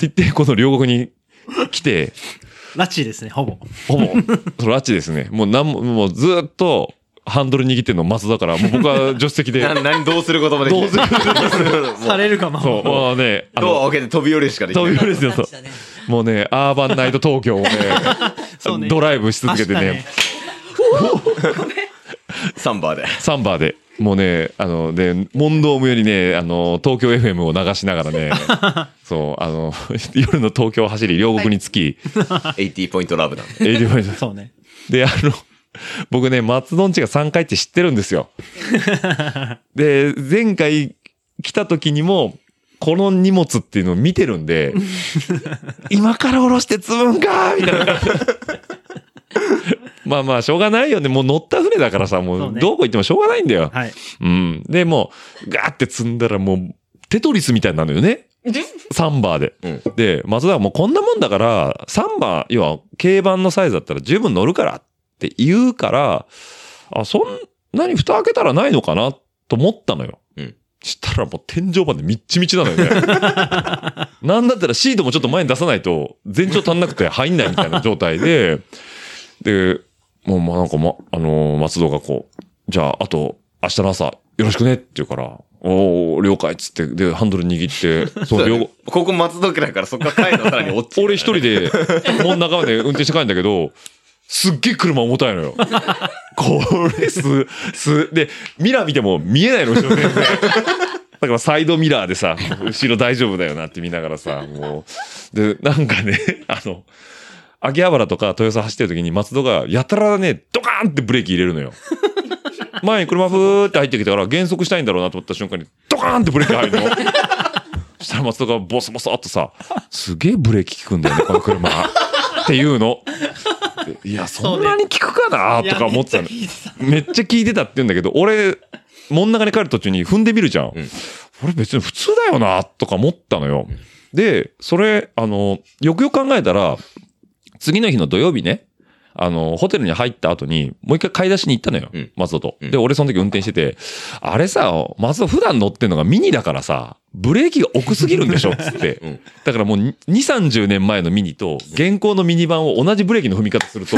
言って、この両国に来て、
拉致ですね、ほぼ。
ほぼ、それラッチですね。もうなんも、もうずっとハンドル握ってんの松だから、もう僕は助手
[LAUGHS]
席で。
な [LAUGHS] 何、どうすることもできない。どうする
されるかも。
そう、もうね、あ
ドア
の、
を開けて飛び降りるしかでき
飛
な
び
い。
降りですよ、そう。もうね、アーバンナイト東京をね、
そうね
ドライブし続けて
明日
ね、
サンバーで。
サンバーで。もうね、あの、で、問答無用にね、あの、東京 FM を流しながら
[LAUGHS]
ね、そう、あの、 [LAUGHS] 夜の東京を走り、両国に
[LAUGHS]
つき、
80ポイントラブなんで。
エイジファイ
そうね。
で、あの、僕ね、松戸んちが3回って知ってるんで
[LAUGHS]
すよ。で、前回来た時にも、この荷物っていうのを見てる
[LAUGHS]
んで、今から下ろして積むんかみたいな。
[LAUGHS]
まあまあ、しょうがないよね。もう乗った船だからさ、
そ
も
う
う
ね
どこ行ってもしょうがないんだよ。
はい。
うん。で、もう、ガーって積んだらもう、テトリスみたいになるのよね。サンバーで。
うん
で、松田はもうこんなもんだから、サンバー、要は、軽バンのサイズだったら十分乗るからって言うから、あ、そんなに蓋開けたらないのかなと思ったのよ。
うん
したらもう天井までみっちみちなのよ
[LAUGHS]
ね。なんだったらシートもちょっと前に出さないと、全長足んなくて入んないみたいな状態で、で、もうまあなんかま、あのー松戸がこう、じゃあ、あと、明日の朝、よろしくねって言うから、おお了解っつって、で、ハンドル握って、そ、
そううだ [LAUGHS]
両
ね、ここ松戸区だからそっから帰るのさらに落ちる。
俺一人で、もう中まで運転して帰るんだけど、すっげえ車重たいのよ。これす、す、で、ミラー見ても見えないの、後ろ全然。だからサイドミラーでさ、後ろ大丈夫だよなって見ながらさ、もう。で、なんかね、あの、秋葉原とか豊洲走ってる時に松戸がやたらね、ドカーンってブレーキ入れるの
[LAUGHS]
よ。前に車ふーって入ってきたから減速したいんだろうなと思った瞬間にドカーンってブレーキ入るの。そしたら松戸がボソボソっとさ、すげえブレーキ効くんだよね、この車。っていうの。でいや、そんなに効くかなとか思ってたの。
いやめっちゃ聞いて
めっちゃ聞いてたって言うんだけど、俺、真ん中に帰る途中に踏んでみるじゃん。俺別に普通だよな、とか思ったのよ。で、それ、あの、よくよく考えたら、次の日の土曜日ね、あの、ホテルに入った後に、もう一回買い出しに行ったのよ、
うん
松戸と。
うん
で、俺その時運転してて、あれさ、松戸普段乗ってんのがミニだからさ、ブレーキが奥すぎるんでしょつって。
うん
だからもう2、30年前のミニと、現行のミニ版を同じブレーキの踏み方すると、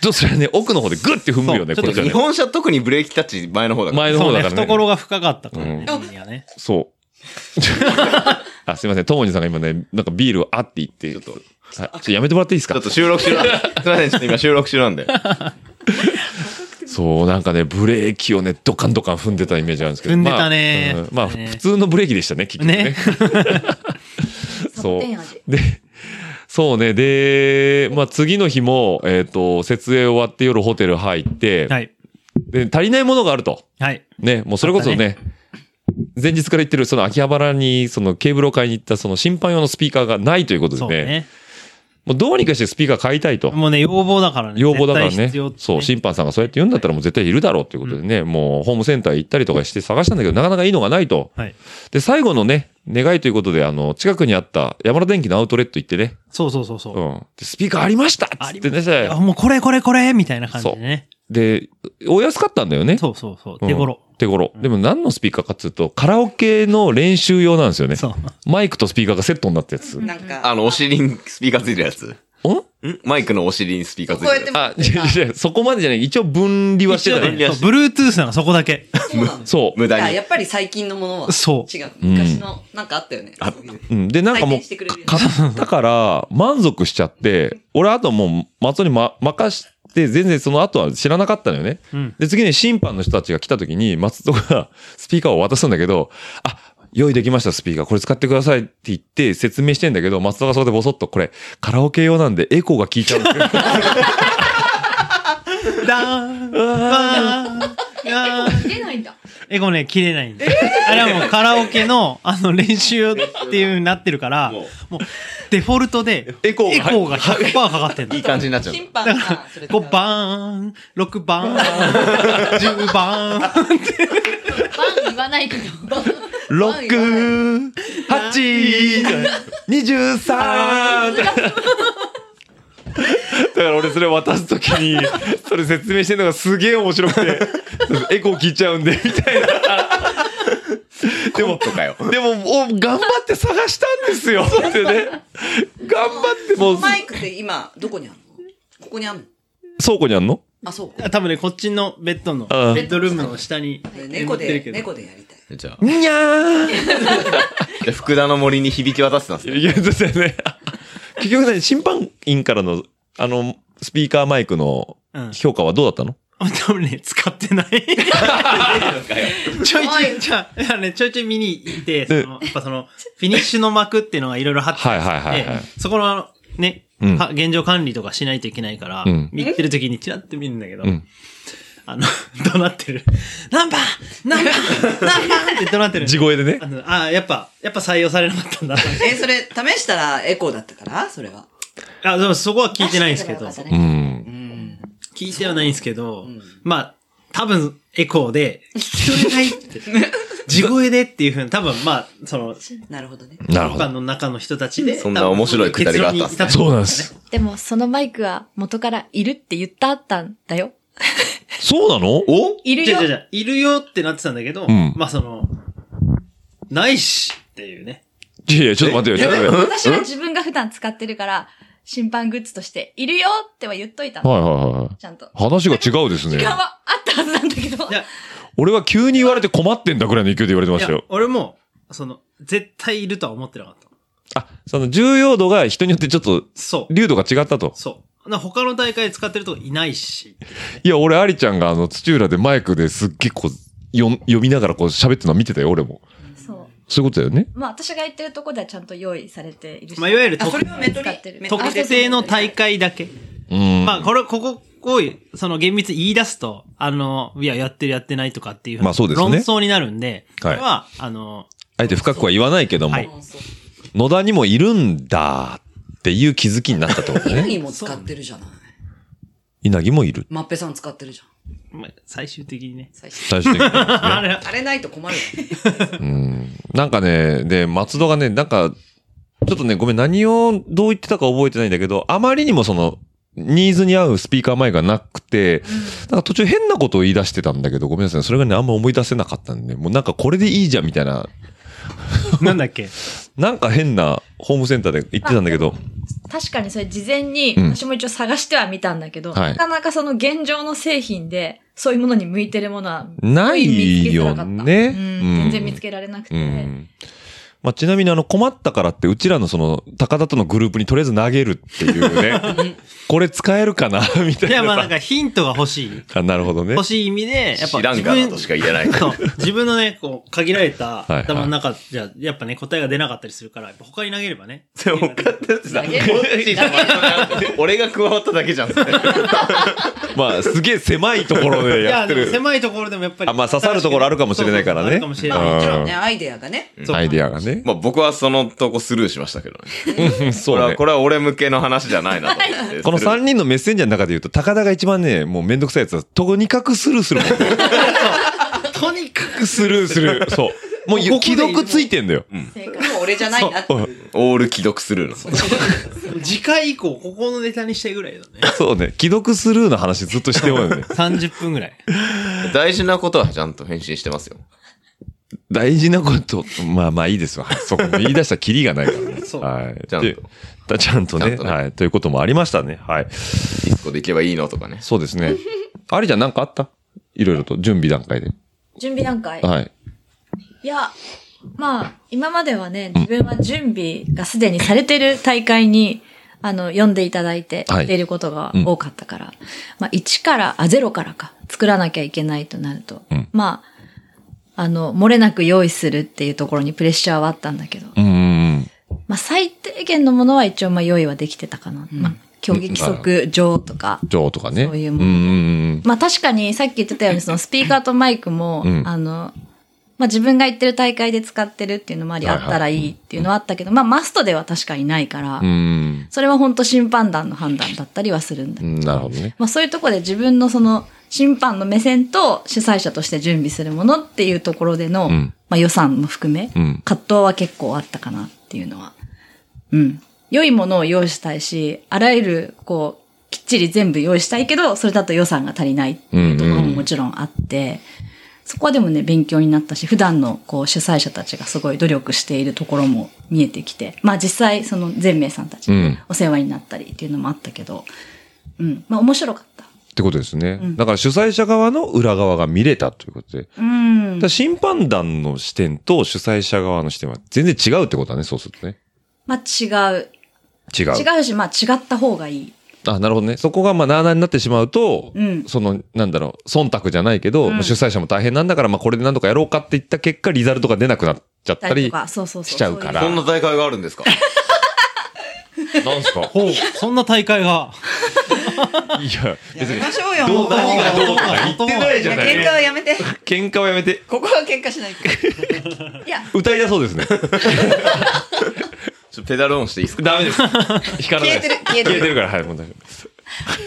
どうするね、奥の方でグッて踏むよね、
そ
こ
う
っちは
日
ね。
本車特にブレーキタッチ前の方だから。
前の
そ
方
う
だ
ね、
からね。
懐が深かったから
うん
ね。君にはね。
そう。 [LAUGHS] あ、すいません、ともにさんが今ね、なんかビールをあって言って、ちょっと、はい、ちょっとやめてもらっていいですか
ちょっと収録中なんで。すいません、ちょっと今収録中なんで。
そう、なんかね、ブレーキをね、ドカンドカン踏んでたイメージあるんですけど。
踏んでたね
まあうんまあ、
ね
普通のブレーキでしたね、結局ね。
ね
[LAUGHS]
サ
そ
ボテン味
う。で、そうね。で、まあ、次の日も、えっ、と、設営終わって夜ホテル入って、
はい。
で、足りないものがあると。
はい。
ね、もうそれこそね、
あった
前日から言ってる、その秋葉原に、そのケーブルを買いに行った、その審判用のスピーカーがないということで
そう
ね、
ね。
もうどうにかしてスピーカー買いたいと。
もうね、要望だからね。
要望だから
絶対
ね
必要って。
そう、審判さんがそうやって言うんだったらもう絶対いるだろうということでね、もうホームセンター行ったりとかして探したんだけど、なかなかいいのがないと。
はい。
で、最後のね、願いということで、あの、近くにあった山田電機のアウトレット行ってね、
そうそうそうそうう。
ん。でスピーカーありましたっつってね、
あもうこれこれこれみたいな感じでね。
で、お安かったんだよね。
そうそうそう。
うん
手頃。
手頃。でも何のスピーカーかっつうと、カラオケの練習用なんですよね。
そう。
マイクとスピーカーがセットになったやつ。ん
なんか、
あの、お尻にスピーカーついてるやつ。んマイクのお尻にスピーカー
こ
つ
う
い
やっ
てるや
て
つ。
も
あ、違う違う、そこまでじゃない。一応分離はして
一応
た
ね
ね。
ね、
そう Bluetooth なのそこだけ。
そうなの。
そう。
無
いや
駄に。
やっぱり最近のものは。
そう
違う。昔の、なんかあったよね。そういう
うん。で、なんかも
採
う
点してくれる、よ
買ったから、満足しちゃって、俺あともう、松尾にま、任し、って、全然その後は知らなかったのよね。
うん
で、次に審判の人たちが来た時に、松戸が [LAUGHS] スピーカーを渡すんだけど、あ、用意できました、スピーカー。これ使ってくださいって言って説明してんだけど、松戸がそこでボソッと、これ、カラオケ用なんでエコーが効いちゃうんですよ。
ダーンバーン
切れないんだ。
エゴね、切れないんで。あれはもうカラオケの、あの、練習っていうになってるから、もう、デフォルトで、
エコーが
が100%かかってんの
いい。感じになっちゃう。
審判が。
5番、6番、10番って。
バン言わないけど。
6、8、23! だから俺それ渡すときに、それ説明してるのがすげえ面白くて、エコー聞いちゃうんで、みたいな。でも、
とかよ。
でも、お頑張って探したんですよってね。頑張って、もう、
マイクって今、どこにあるのここにあるの
倉庫にあんの
あ、そうか。
多分ね、こっちのベッドの、ベ
ああ
ッドルームの下に
これ
眠
猫
ってる
で
け、ど。
猫でやりたい。
じゃあ、
にゃー
じゃあ福田の森に響き渡ってたんですね。
いや、そうだよね。結局ね、審判員からの、あの、スピーカーマイクの
うん
評価はどうだったの
多分ね、使ってない。ちょいちょい、じゃあ、ね、ちょいちょい見に行って、そのやっぱその、フィニッシュの幕っていうのがいろいろ貼って
はいはい
あっ
はい
て
はい。、
そこのあの、ね、
うん
は現状管理とかしないといけないから、
うん
見てる時にチラって見るんだけど、
うん
あの、 [LAUGHS] 怒鳴ってる。ナンバーナンバーナンバーって怒鳴ってる。
地声でね
あ。のあ、やっぱ、やっぱ採用されなかった
[LAUGHS]
んだ。
[LAUGHS] え、それ、試したらエコーだったからそれは。
あ、でもそこは聞いてないんですけど、
う
うん
う。ん。
聞いてはないんですけど、
ん
まあ、多分、エコーで、聞き取れないって。地声でっていうふうに、多分、まあ、その、
なるほどね。
なるほ
一般
ど。
の中の人たちで。
そんな面白いくだりがあったんですね
多分結論に至っ
そうなんです。
でも、そのマイクは元からいるって言ったあったんだよ。
そうなの
お
いる
じゃ
よ
じ。ゃじゃいるよってなってたんだけど、
うん
まあその、ないしっていうね。
いやいや、ちょっと待ってよ、ちょっと待ってよ。
私は自分が普段使ってるから、審判グッズとして、いるよっては言っといたの。
はいはいはい。
ちゃんと。
話が違うです
時
ね。
間はあったはずなんだけど
い。や、
俺は急に言われて困ってんだぐらいの勢いで言われてま
い
し
や
たよ。
俺も、その、絶対いるとは思ってなかった。
あ、その重要度が人によってちょっと、
そう。
流度が違ったと。
そう。な他の大会で使ってるとこいないし。
いや、俺、アリちゃんがあの、土浦でマイクですっげえこう、よん読みながらこう喋ってるのは見てたよ、俺も。
そ
そういうことだよね。
う。まあ、私が言ってるとこではちゃんと用意されているし。
まあ、いわゆる
あ、
特
それはメトリ
使ってる
メトリ
特定の大会だけ。
うん。
まあ、これ、ここ、こう、その厳密に言い出すと、あの、いや、やってるやってないとかっていうふに
まあそうですね
論争になるんで、こ
はい
れは、あの、
あえて深くは言わないけども、
はい
野田にもいるんだっていう気づきになったってこと
犬
ね。
にも使ってるじゃない。
稲城もいる。
マッペさん使ってるじゃん。
まあ最終的にね。
最初。
最終的に。
あれ、
あれないと困るよ。
[LAUGHS] うんなんかね、で、松戸がね、なんか、ちょっとね、ごめん、何をどう言ってたか覚えてないんだけど、あまりにもその、ニーズに合うスピーカーマイクがなくて、なんか途中変なことを言い出してたんだけど、ごめんなさい。それがね、あんま思い出せなかったんで、もうなんかこれでいいじゃんみたいな、
なんだっ
[LAUGHS]
け
なんか変なホームセンターで言ってたんだけど、
確かにそれ事前に、
うん
私も一応探してはみたんだけど、
はい
なかなかその現状の製品で、そういうものに向いてるものは、
ないよね。
うん全然見つけられなくて。
うんまあ、ちなみにあの困ったからって、うちらのその、高田とのグループにとりあえず投げるっていう [LAUGHS] ね。これ使えるかなみたい
いや、まあ
な
なん
さ。
かヒントが欲しい。
あなるほどね
欲。しい意味で、やっぱ
知らん
自
がな
分
としか言え
[LAUGHS]
ない。
そう自分のね、こう、限られた
いはい
頭の中じゃ、やっぱね、答えが出なかったりするから、やっぱ他に投げればね。
でも他のやつだ
投げる
俺が加わっただけじ
[LAUGHS]
ゃん。
まあ、すげえ狭いところで
い
や
や、
って
でも
る。
狭いところでもやっぱり。
あまあ刺さるところあるかもしれないから
そうそ
ね
うそうあるかもしれ
う
なんい。
もちろんね、アイデアがね。
そう
アイディアがね。
まあ僕はそのとこスルーしましたけどね。
うん
こ
そ
れ
う
は、
ね。
これは俺向けの話じゃないなと思って。
[LAUGHS] この3人のメッセンジャーの中で言うと、高田が一番ね、もうめんどくさいやつは、とにかくスルーするもん。
とにかく、
スルーする。 [LAUGHS] そう。もう
ここで
既読ついてんだよ。
でも俺じゃないなって。
オール既読スルーの。
次回以降、ここのネタにしたいぐらいだ
[LAUGHS]
ね。
そうね。既読スルーの話ずっとしてもらうよね。
30分ぐらい。
大事なことはちゃんと返信してますよ。
[LAUGHS] 大事なこと、まあまあいいですわ。そこも言い出したらキリがないから [LAUGHS] ね。
そう
はい。
ちゃんと
でだちゃんとね
ちゃんとね
はい。ということもありましたね。はい。
ディスコで行けばいいのとかね。
そうです [LAUGHS] ね。ありちゃんなんかあったいろいろと準備段階で。
準備段階、
はい。
いや、まあ、今まではね、自分は準備がすでにされてる大会に、あの、読んでいただいて
はい
出ることが多かったから、まあ、1から、あ、0からか、作らなきゃいけないとなると、
うん
まあ、あの、漏れなく用意するっていうところにプレッシャーはあったんだけど、
うんうん
まあ、最低限のものは一応、まあ、用意はできてたかな。まあ、競技規則上とか、
情とかね
そういうもの
んうん
まあ確かにさっき言ってた
[LAUGHS]
ようにそのスピーカーとマイクも、
うん
あの、まあ自分が行ってる大会で使ってるっていうのもあり、
はい
あ
はい
ったらいいっていうのはあったけど、まあマストでは確かにないから、
うん
それは本当審判団の判断だったりはするんだけ
う
ど、
んなるほどね
まあそういうところで自分のその審判の目線と主催者として準備するものっていうところでの、
うん
まあ予算も含め、
うん
葛藤は結構あったかなっていうのは。うん。良いものを用意したいし、あらゆる、こう、きっちり全部用意したいけど、それだと予算が足りないっていうところももちろんあって、そこはでもね、勉強になったし、普段のこう主催者たちがすごい努力しているところも見えてきて、まあ実際その全名さんたち
うん
お世話になったりっていうのもあったけど、うん、まあ面白かった。
ってことですね、
うん
だから主催者側の裏側が見れたということで、
うん
だから審判団の視点と主催者側の視点は全然違うってことだねそうするとね
まあ違う。
違う
違うし、まあ違った方がいい。
あなるほどねそこがまあなあなあになってしまうと、
うん
そのなんだろう忖度じゃないけど、
うん
まあ主催者も大変なんだから、まあ、これで何とかやろうかって言った結果リザルトが出なくなっちゃった
だり
り
とか、そうそうそう。
しちゃうから
そんな大会があるんですか
なんすか
ほう、そんな大会が。
[LAUGHS] いや別に
ましょうよ。
どう
もう
何がどうとか言ってないじゃない
喧嘩はやめて。
喧嘩はやめて
ここは喧嘩し
[LAUGHS]
ないから。
歌いだそうですね
ちょっとペダルオンしていいですか
ダメです
[LAUGHS]
弾かないです
消えてる、消えて
消えて
る。
るからはいもう大丈夫
ちょ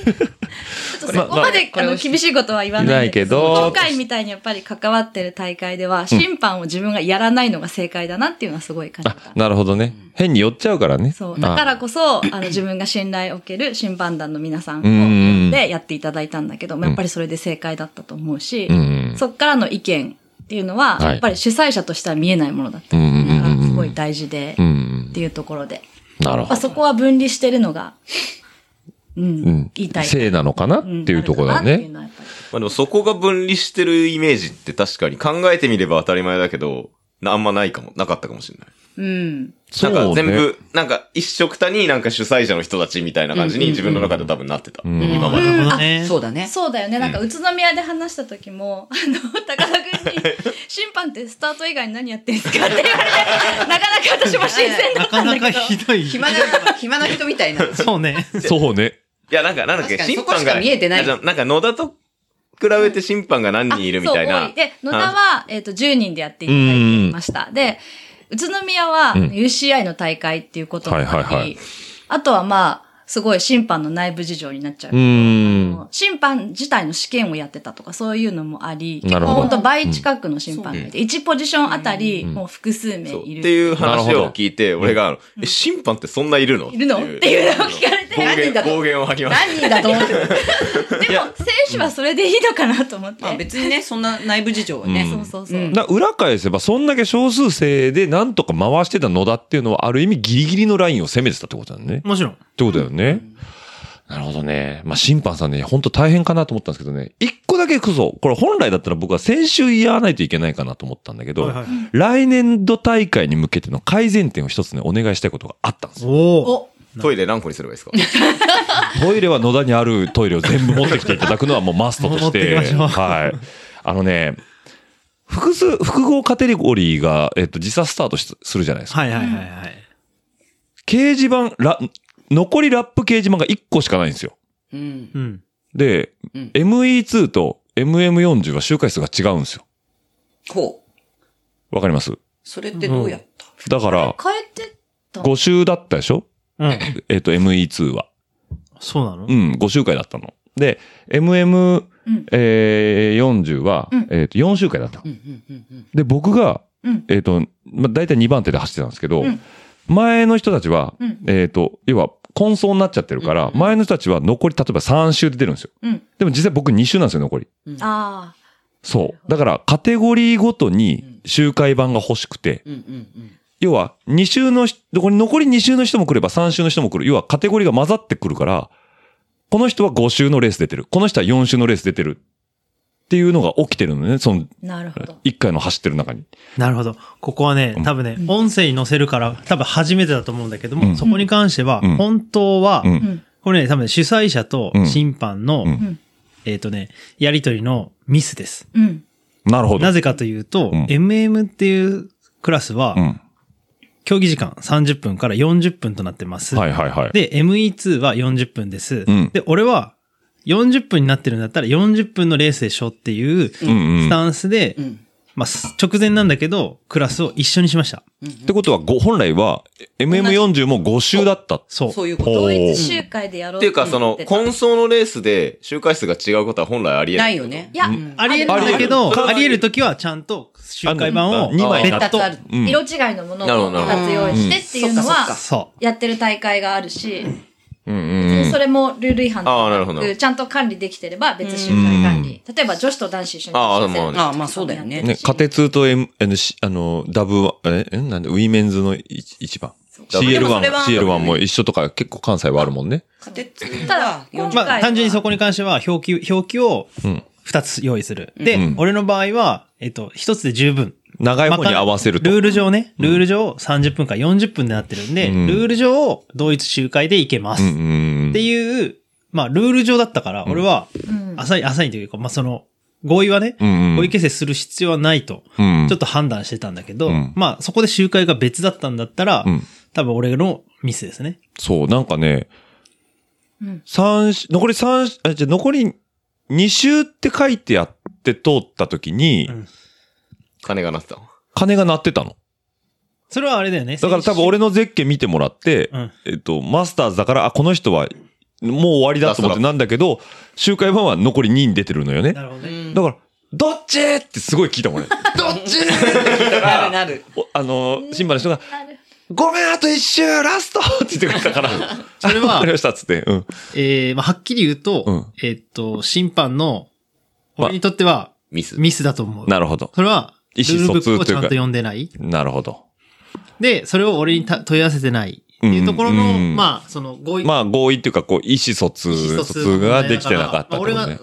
っとそこまで、
まあまあ
あの、厳しいことは言わないんです
言わないけど
今回みたいにやっぱり関わってる大会では、審判を自分がやらないのが正解だなっていうのはすごい感じ
あ
た。
なるほどね変に寄っちゃうからね
そう。だから
あ
こそ、あの、自分が信頼を受ける審判団の皆さんを
うんうんうん
呼んでやっていただいたんだけど、まあやっぱりそれで正解だったと思うし
うん、うん
そっからの意見っていうのは、
はい
やっぱり主催者としては見えないものだった
う
り
んうん
と
うん
か
うん
すごい大事で
う、んう
っ
ん
ていうところで。
なる
ま
ほ
あ
ど
そこは分離してるのが、う
うんん、
言いたい。
せいなのかなって
ん
いうところだ
あるかなっていう
ね
のはやっぱり
まあでもそこが分離してるイメージって確かに考えてみれば当たり前だけど、なあんまないかも、なかったかもしれない。
うん。
そうね
なんか全部、なんか一色たになんか主催者の人たちみたいな感じに自分の中で多分なってた。
ん
今まで。
なるほど
あ
ね。
そうだね。
そうだよね。なんか、宇都宮で話した時も、あの、 [LAUGHS] 高田君
[LAUGHS]
に、審判ってスタート以外に何やってんすかって言われて、なかなか私も新鮮だ
な
った
か
んだ
な
けど。
かひどい。
暇な、暇な人みたいな。
そうね。
そうね
いや、なんか、なんだっ
確
け、
かに
審判
そこし
が。
か見えてない
あじゃあなんか野田と比べて審判が何人いるみた
あ
い
そう
な
多。で、野田は、えっ、と、10人でやっていただいていました。で、宇都宮は、
うん
UCI の大会っていうこともあり、
はいはいはい
あとはまあ、すごい審判の内部事情になっちゃう
う。ん
審判自体の試験をやってたとかそういうのもあり、結
なる
構
ほど
本当倍近くの審判がいて、1ポジションあたり
ん
もう複数名
そうって
いる。
いう話
なるほ
を
ど
聞いて、俺があの、え、審判ってそんないるの
いるのっていうのを聞かれて、
暴言、暴言を吐きまし
何人
た。
だと思ってる。
でも選手はそれでいいのかなと思って。
まあ別にね、そんな内部事情はね。
そうそうそう。
な裏返せばそんだけ少数制でなんとか回してた野田っていうのはある意味ギリギリのラインを攻めてたってことだね。
もちろん。
ってことだよね。なるほどね。まあ、審判さんね、ほんと大変かなと思ったんですけどね、一個だけこそ、これ本来だったら僕は先週言わないといけないかなと思ったんだけど、
はいはい
来年度大会に向けての改善点を一つね、お願いしたいことがあったんですよ。
おお。
トイレ何個にすればいいですか
トイレは野田にあるトイレを全部持ってきていただくのはもうマストとして。
持ってきましょう
はい。あのね、複数、複合カテゴリーが、えっと、時差スタートしするじゃないですか。
はいはいはいはい。
掲示板、ラ、残りラップ掲示板が1個しかないんですよ。
うん。
うん。
で、
うん
ME2 と MM40 は周回数が違うんですよ。
ほう。
わかります
それってどうやった
だから、
変えて、
5周だったでしょ
うん。
えっ、と、ME2 は。
そうなの
うん、5周回だったの。で、MM40、
うん
えー40は、
うん
えっ、と、4周回だったの
う。んうんうんうん。
で、僕が、
うん
えっ、と、まあ、大体2番手で走ってたんですけど、
うん
前の人たちは、
うん
えっ、と、要は、混走になっちゃってるから、
うん
前の人たちは残り、例えば3周で出るんですよ。
うん
でも実際僕2周なんですよ、残り。
ああ、
そう。だから、カテゴリーごとに周回版が欲しくて、
うんうんうん。
要は、2周の人、これ残り2周の人も来れば3周の人も来る。要は、カテゴリーが混ざってくるから、この人は5周のレース出てる。この人は4周のレース出てる。っていうのが起きてるのね、その、
なるほど。
一回の走ってる中に。
なるほど。ここはね、多分ね、音声に載せるから、多分初めてだと思うんだけども、
うん
そこに関しては、
うん
本当は、
うん
うん。
これね、多分ね主催者と
うん
審判の、
うん
えっ、とね、やりとりのミスです。
うん。
なるほど。
なぜかというと、
うん
MM っていうクラスは、
うん。
競技時間30分から40分となってます。
はいはいはい。
で、ME2 は40分です。
うん
で、俺は、40分になってるんだったら40分のレースでしょっていう
うんうん。
ス
っ
タンスで、
うん。
まあ、す直前なんだけど、クラスを一緒にしました。
てことは、ご本来は、MM40 も5周だった。
そう。
そういうこと。
ほ
同
う
一集会でやろう
っていうか、その、
今
混走のレースで周回数が違うことは本来ありえ
な
ない。
いよね。
いや、
ありえるんだけど、ありえるときはちゃんと集会版を
あの二枚
別
にな
二
っ
つある。
うん
色違いのもの
なるほ
を
ど
2つ用意してっていうの
うんそっかそ
は
っ、
そ
やってる大会があるし、
うんうんうん。
それもルール違反と
ああなるほ
か
ど
なく、ちゃんと管理できてれば別集会管理。例えば女子と男子一緒に
ああまあね
ああ、まあそうだよね。
ね、家庭通と M、あの、しあの、ダブ、え、えなんで、ウィメンズの一一番。
でも
CL1
それは、
CL1 も一緒とか結構関西はあるもんね。
家庭通
た
は
だ、
40
今
う。まあ、
回。
単純にそこに関しては、表記、表記を
うん
2つ用意する。で、
うん
俺の場合は、えっと、1つで十分。
長い方に合わせると。
ルール上ね、ルール上30分から40分になってるんで、
うん
ルール上、同一集会でいけます。
うん
っ
うん
ていう、まあ、ルール上だったから、俺は、浅い、浅いというか、まあ、その、合意はね、
うんうん
合意形成する必要はないと。
うん。うん
ちょっと判断してたんだけど、
うん
まあそこで集会が別だったんだったら、
うん
多分俺のミスですね。
そう、なんかね、三し残り三しあ、じゃあ残り2周って書いてやって通った時に、
うん
金がなってた。
鐘が鳴ってたの。
それはあれだよね。
だから多分俺のゼッケン見てもらって、
うん
えっと、マスターズだから、あ、この人は、もう終わりだと思ってなんだけど、周回版は残り2に出てるのよね。
なるほどね。
だから、どっちってすごい聞いたもんね。どっちって聞いたら
なるなる。
おあのー、シンバの人が、ごめん、あと一周、ラストって言ってくれたから。
[LAUGHS] それは
あわかりました、つって。うん。
えー、まあはっきり言うと、
うん
えーっと、審判の、俺にとっては
ミス。
ミスだと思う。
なるほど。
それは、ル
意
ー
思
ルブ
疎
ックを
通と
ち
いう
ゃん
か
と読んでない。
なるほど。
で、それを俺にた問い合わせてない。っていうところの、
うんうん
まあ、その合意、
まあ、合意っていうか、こう、意思疎通、
意思
疎
疎通
通ができてなかった
まあ
と
俺が
ね。、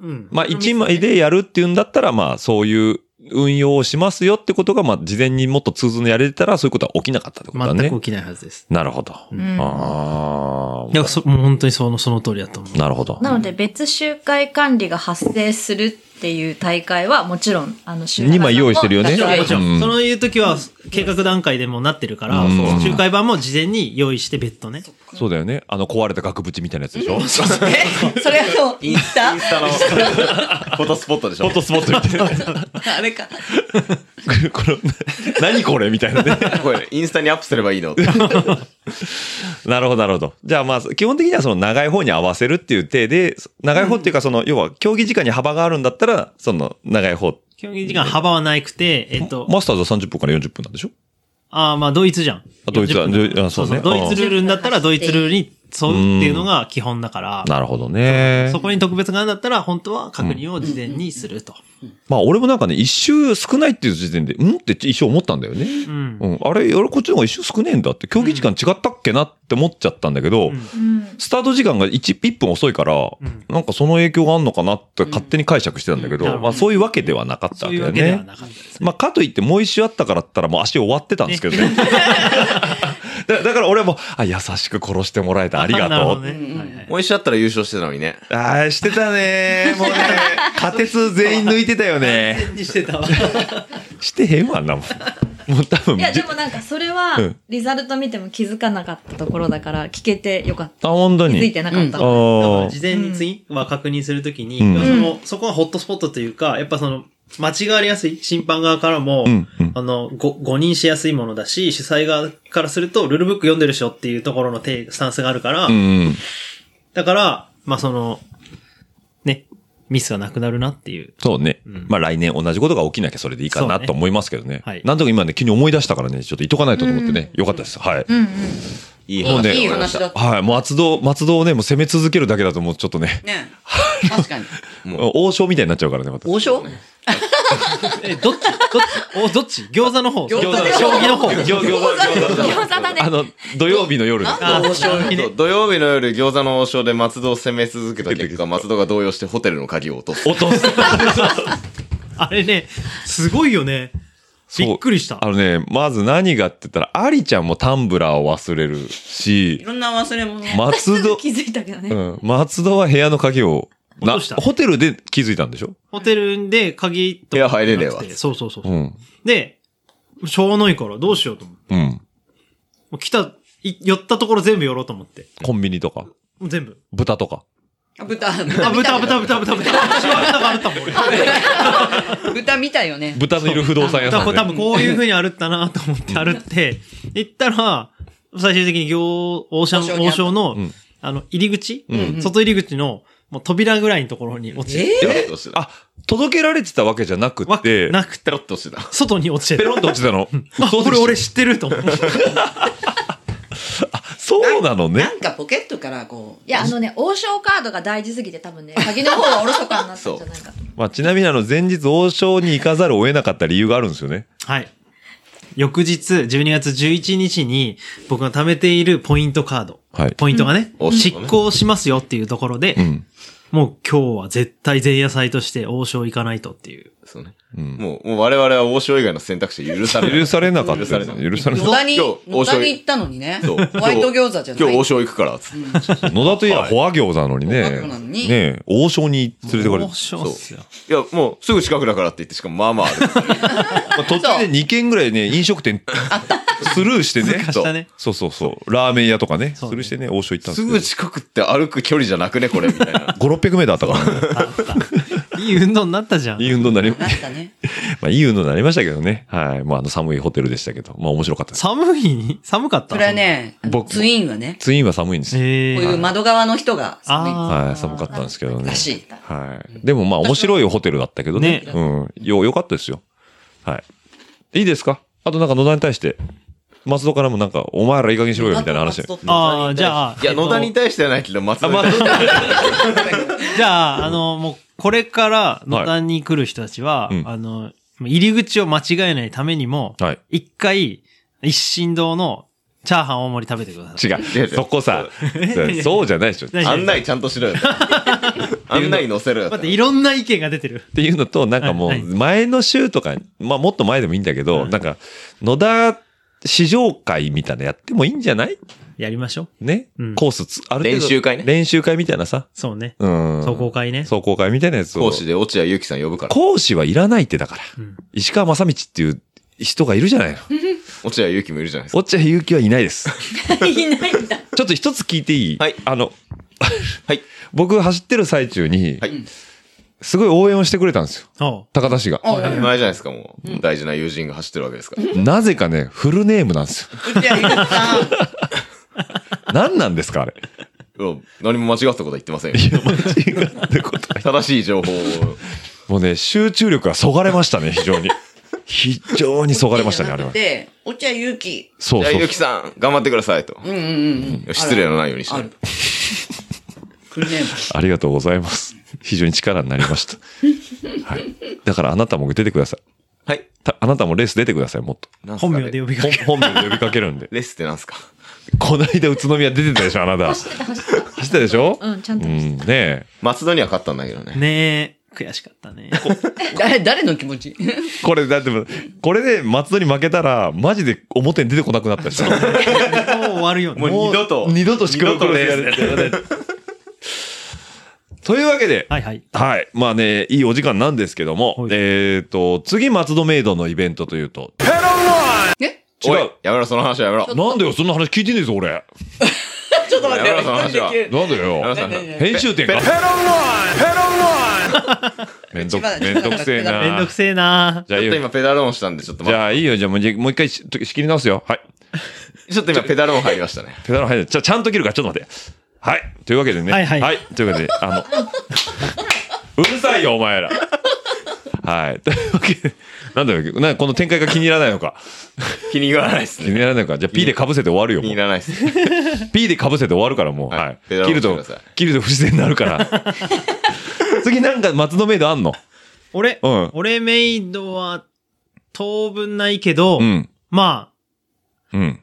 うん。
まあ、一枚
で。
でやるっていうんだったら、まあ、そういう運用をしますよってことが、まあ、事前にもっと通ずのやれてたら、そういうことは起きなかったってことだ
全
ね
く。起きないはずです。
なるほど。
ん
あ
いや、そ、もう本当にその、その通りだと思う
あ、。なるほど。
なので別集会管理が発生するっていう大会はもちろん、あの、集
2枚用意してるよね。
もちろん
もちろ。
うんん
そのいう時は、計画段階でもなってるから、
うん
そう集会版も事前に用意して別途ね。
そうだよね。あの、壊れた額縁みたいなやつでしょ
えそれあの、インスタ
インスタのフォトスポットでしょ
フォトスポットみたいな。
あれか。
これ、何これみたい
[LAUGHS]
なね。
これ、インスタにアップすればいいのって
なるほど、なるほど。じゃあまあ、基本的にはその長い方に合わせるっていう体で、長い方っていうかその、要は競技時間に幅があるんだったら、その長い方。
競技時間幅はないくて、えっと、
マスターズは30分から40分なんでしょ
ああ、まあ、ドイツじゃん。
あドイツだ
40分
あそうね
ドイツルールになったら、ドイツルールに沿うっていうのが基本だから、
なるほどね。
そこに特別があるんだったら、本当は確認を事前にすると。
まあ俺もなんかね、一周少ないっていう時点で、んって一瞬思ったんだよね。
うん
う。ん。あれ、俺こっちの方が一周少ねえんだって、競技時間違ったっけなって思っちゃったんだけど、
うん
うん。
スタート時間が 1, 1分遅いから、
ん
なんかその影響があるのかなって勝手に解釈してたんだけど、
うん
まあそういうわけではなかった
そ
わ
うい
け
うわ
だよ
けでは
ね。
なかったです。
まあかといってもう一周あったからったらもう足終わってたんですけどね。 [LAUGHS] だだから俺はもう、あ、優しく殺してもらえた、ありが
なるほ
と
ど
う。
ねはいはい [LAUGHS]
もう一緒だったら優勝してたのにね。
ああ、してたね。もうね、仮鉄全員抜いてたよね。
にしてたわ。
してへんわ、あんなもん。もう多分
い、や、でもなんかそれは
うん、
リザルト見ても気づかなかったところだから、聞けてよかった。
あ、本当
気づい
に。
てなかった。
ああ、
事前に次は確認するときに、
うん
その、そこはホットスポットというか、やっぱその、間違われやすい、審判側からも、
うんうん
あの、ご、誤認しやすいものだし、主催側からすると、ルールブック読んでるでしょっていうところのてスタンスがあるから、
うん。
だから、まあその、ね、ミスがなくなるなっていう。
そうね。
うん
まあ来年同じことが起きなきゃそれでいいか
そう
な
ね
と思いますけどね。
はい
なんとか今ね、急に思い出したからね、ちょっといとかないとと思ってね。よかったです。はい。
うんうん。
いい
もう
話
ね
だ
いい
と思いまし
話だ
た。
った。
はい。もう松戸、松戸をね、もう攻め続けるだけだともうちょっとね、 [LAUGHS]
ね確かに。
[LAUGHS]
王将みたいになっちゃうからね、また。
王将
え、どっちどっちお、どっち餃子の方
餃子
将棋の方
餃子餃子
餃子だね
あ。の土曜日の夜
なん
あ、将棋
そ
ね
う。土曜日の夜、餃子の王将で松戸を攻め続けた結果、松戸が動揺してホテルの鍵を落とす。
落とす
あれね、すごいよね。
そう
びっくりした
あ。のねまず何がって言ったらア
[LAUGHS]
リちゃんもタンブラーを忘れる
い
し
ろんな忘れ物。
松戸
気づいたけどね。
うん松戸は部屋の鍵をな
落とした
ホテルで気づいたんでしょ
ホテルで鍵とか
部屋入れねえわ
なくてそうそうそう
う。ん
で、しょうがないからどうしようと思って。
うん
もう来た、い寄ったところ全部寄ろうと思って。
コンビニとか
もう全部。
豚とか
あ豚、
あ、
豚、
豚、豚、豚、豚、豚。私は豚が歩ったもん、俺。
豚見たよね。
豚のいる不動産屋
多
さん
分
で
多分こういう風に歩ったなと思って歩って、行ったら、最終的に行、王将
王将にあった
王将の、
うん
あの、入り口、
う
外入り口の、もう扉ぐらいのところに落ちて、
ペロッとしてた。
あ届けられてたわけじゃなく
わ
て
なく
ペ
て、
ロッとしてた。
外に落ちて
ペ
た。
ロンと落ちたの
あ、
嘘でしょ
これ俺知ってると思って。
そうなのね
なんかポケットからこう。
いや、あのね、王将カードが大事すぎて多分ね、鍵の方がおろそかになったんじゃないかと。
まあちなみにあの前日王将に行かざるを得なかった理由があるんですよね
はい。翌日、12月11日に、僕が貯めているポイントカード。
はい
ポイントがね、
うん
執行しますよっていうところで、
うん
もう今日は絶対前夜祭として王将行かないとっていう。
そうね。
うん
もう、もう我々は王将以外の選択肢許されない。
許されなかった
許されない。
許されな
野
かっ
田に、
今日
野
王将
田に行ったのにね。
そ
ホ
う
ワイト餃子じゃな
今日王
い。
将行くから、つって。
た [LAUGHS] 野田といえばフォア餃子なのに
フォ
ね
アなの
ね
に
え王将に連れてかれる
王将っすよ。
いや、もうすぐ近くだからって言って、しかもまあまあある。
まあ途中で2軒ぐらいね飲食店スルーして [LAUGHS] ね
通過したね
そうそうそうラーメン屋とかねス
そう
ルーしてね王将行ったんですすけ
ぐ
ど
近くって歩く距離じゃなくね、これ、みた
[LAUGHS]
いな。
5600メーターあっ
[LAUGHS]
たからね
いい運動になったじゃん。
いい運動になりま
なったね。
まあいい運動になりましたけどねはいまああの寒いホテルでしたけどまあ面白かったです
寒いに寒かった
それは。ね、あの
僕
ツインはね、
ツインは寒いんですよ
え
こ
え
ういう窓側の人が、
あ
はい、寒かったんですけどね
ら。しい。
はい。でもまあ面白いホテルだったけどね。
ね
うん。よ、良かったですよ。はい。いいですかあとなんか野田に対して、松戸からもなんか、お前らいい加減にしろよみたいな話。
ああ、じゃあ、
いや、
えっと
野田に対してはないけど、松田に対して
[LAUGHS] じゃあ、あの、もう、これから野田に来る人たちは、
はいうん
あの、入り口を間違えないためにも、
はい。
一回、一心堂のチャーハン大盛り食べてください。
違う。そこさ、そうじゃないでしょ。っ
何
案内ちゃんとしろよ。案内載せろよ。
待って、いろんな意見が出てる。
ていうのと、なんかも、
はいう
前の週とか、まあもっと前でもいいんだけど、なんか、野田試乗会みたいなやってもいいんじゃない
やりましょう。
ね
うん。
コースつ、ある程度
練習会ね
練習会みたいなさ。
そうね。
うん。
壮行会ね。
壮行会みたいなやつを。
講師で落合ゆきさん呼ぶから。
講師はいらないってだから。
うん
石川正道っていう人がいるじゃないの。
落合ゆきもいるじゃないですか。
落合ゆうきはいない [LAUGHS] です。
いないんだ。
ちょっと一つ聞いていい
はい
あの、
はい。
[LAUGHS] 僕走ってる最中に、
はい
すごい応援をしてくれたんですよ。
そ
高田氏が。
当たり前じゃないですか、もう。大事な友人が走ってるわけですから。
なぜかね、フルネームなんですよ。
うちはゆうさん。
何なんですかあれ。
いや何も間違ったことは言ってませんよ。
いや、間違ってことない
正しい情報を。
もうね、集中力がそがれましたね、非常に。非常にそがれましたね、あれは。
で、お茶勇気。
そう
じゃあ、
そう
ゆきさん、頑張ってくださいと。
うんうんうんうん。
失礼のないようにし
あ
て
る。。フルネーム。
ありがとうございます。非常に力になりました。はい。だからあなたも出てください。
はい。
たあなたもレース出てください、もっと。
なん
う。
すか
本
ね
名で呼びかけ
本本名で呼びかけるんで。
レスってなんすか
こないだ宇都宮出てたでしょ、あなた。走
走ってた、走って
ってたでしょ
た。うん、ちゃんと
うん、
走って
ねえ。
松戸には勝ったんだけどね。
ねえ、悔しかったね。
誰、誰の気持 [LAUGHS] ち
これ、だって、これで松戸に負けたら、マジで表に出てこなくなったでしょ。
もう終わるよね。
もう二度と。
二度としく
二度とレス
ね。というわけで、
はいはい。
はい。まあね、いいお時間なんですけども
は、い
えっと、次松戸メイドのイベントというと、
え
違。
おいうやめろ、その話はやめろ。
なんでよ、そんな話聞いてねえぞ、俺。
ちょっと
待ってやめろその話はや
なんで
め
よ
ろ、。その話は。
編集点が。 [LAUGHS] めんどく、めんどくせえな。
めんどくせえな
じゃあいい
ちょっと
よ
今ペダルオンしたんで、ちょっと
じ
待っ
ゃあいいよ、じゃあもうじゃあもう一回し仕切り直すよ。はい。
て。ちょっと今ペダルオン入りましたね。
ペダル入る。じゃあちゃんと切るから、ちょっと待って。はい。というわけでね。
はいはい
というわけで、あの、 [LAUGHS] うるさいよ、お前ら。はい。というわけで、なんだよ、なんかこの展開が気に入らないのか。
気に入らないです
気に
ね。
入らないのか。じゃあ P で被せて終わるよ、
気
も
に
う
入。らないですね。
P で被せて終わるから、もう。
はい
はい。
ペダル
切
を
る
押してくだ
と
さい、 [LAUGHS]
切ると不自然になるから。次なんか松戸メイドあんの
お俺、
うん
俺メイドは当分ないけど、
うん。
ま
うん。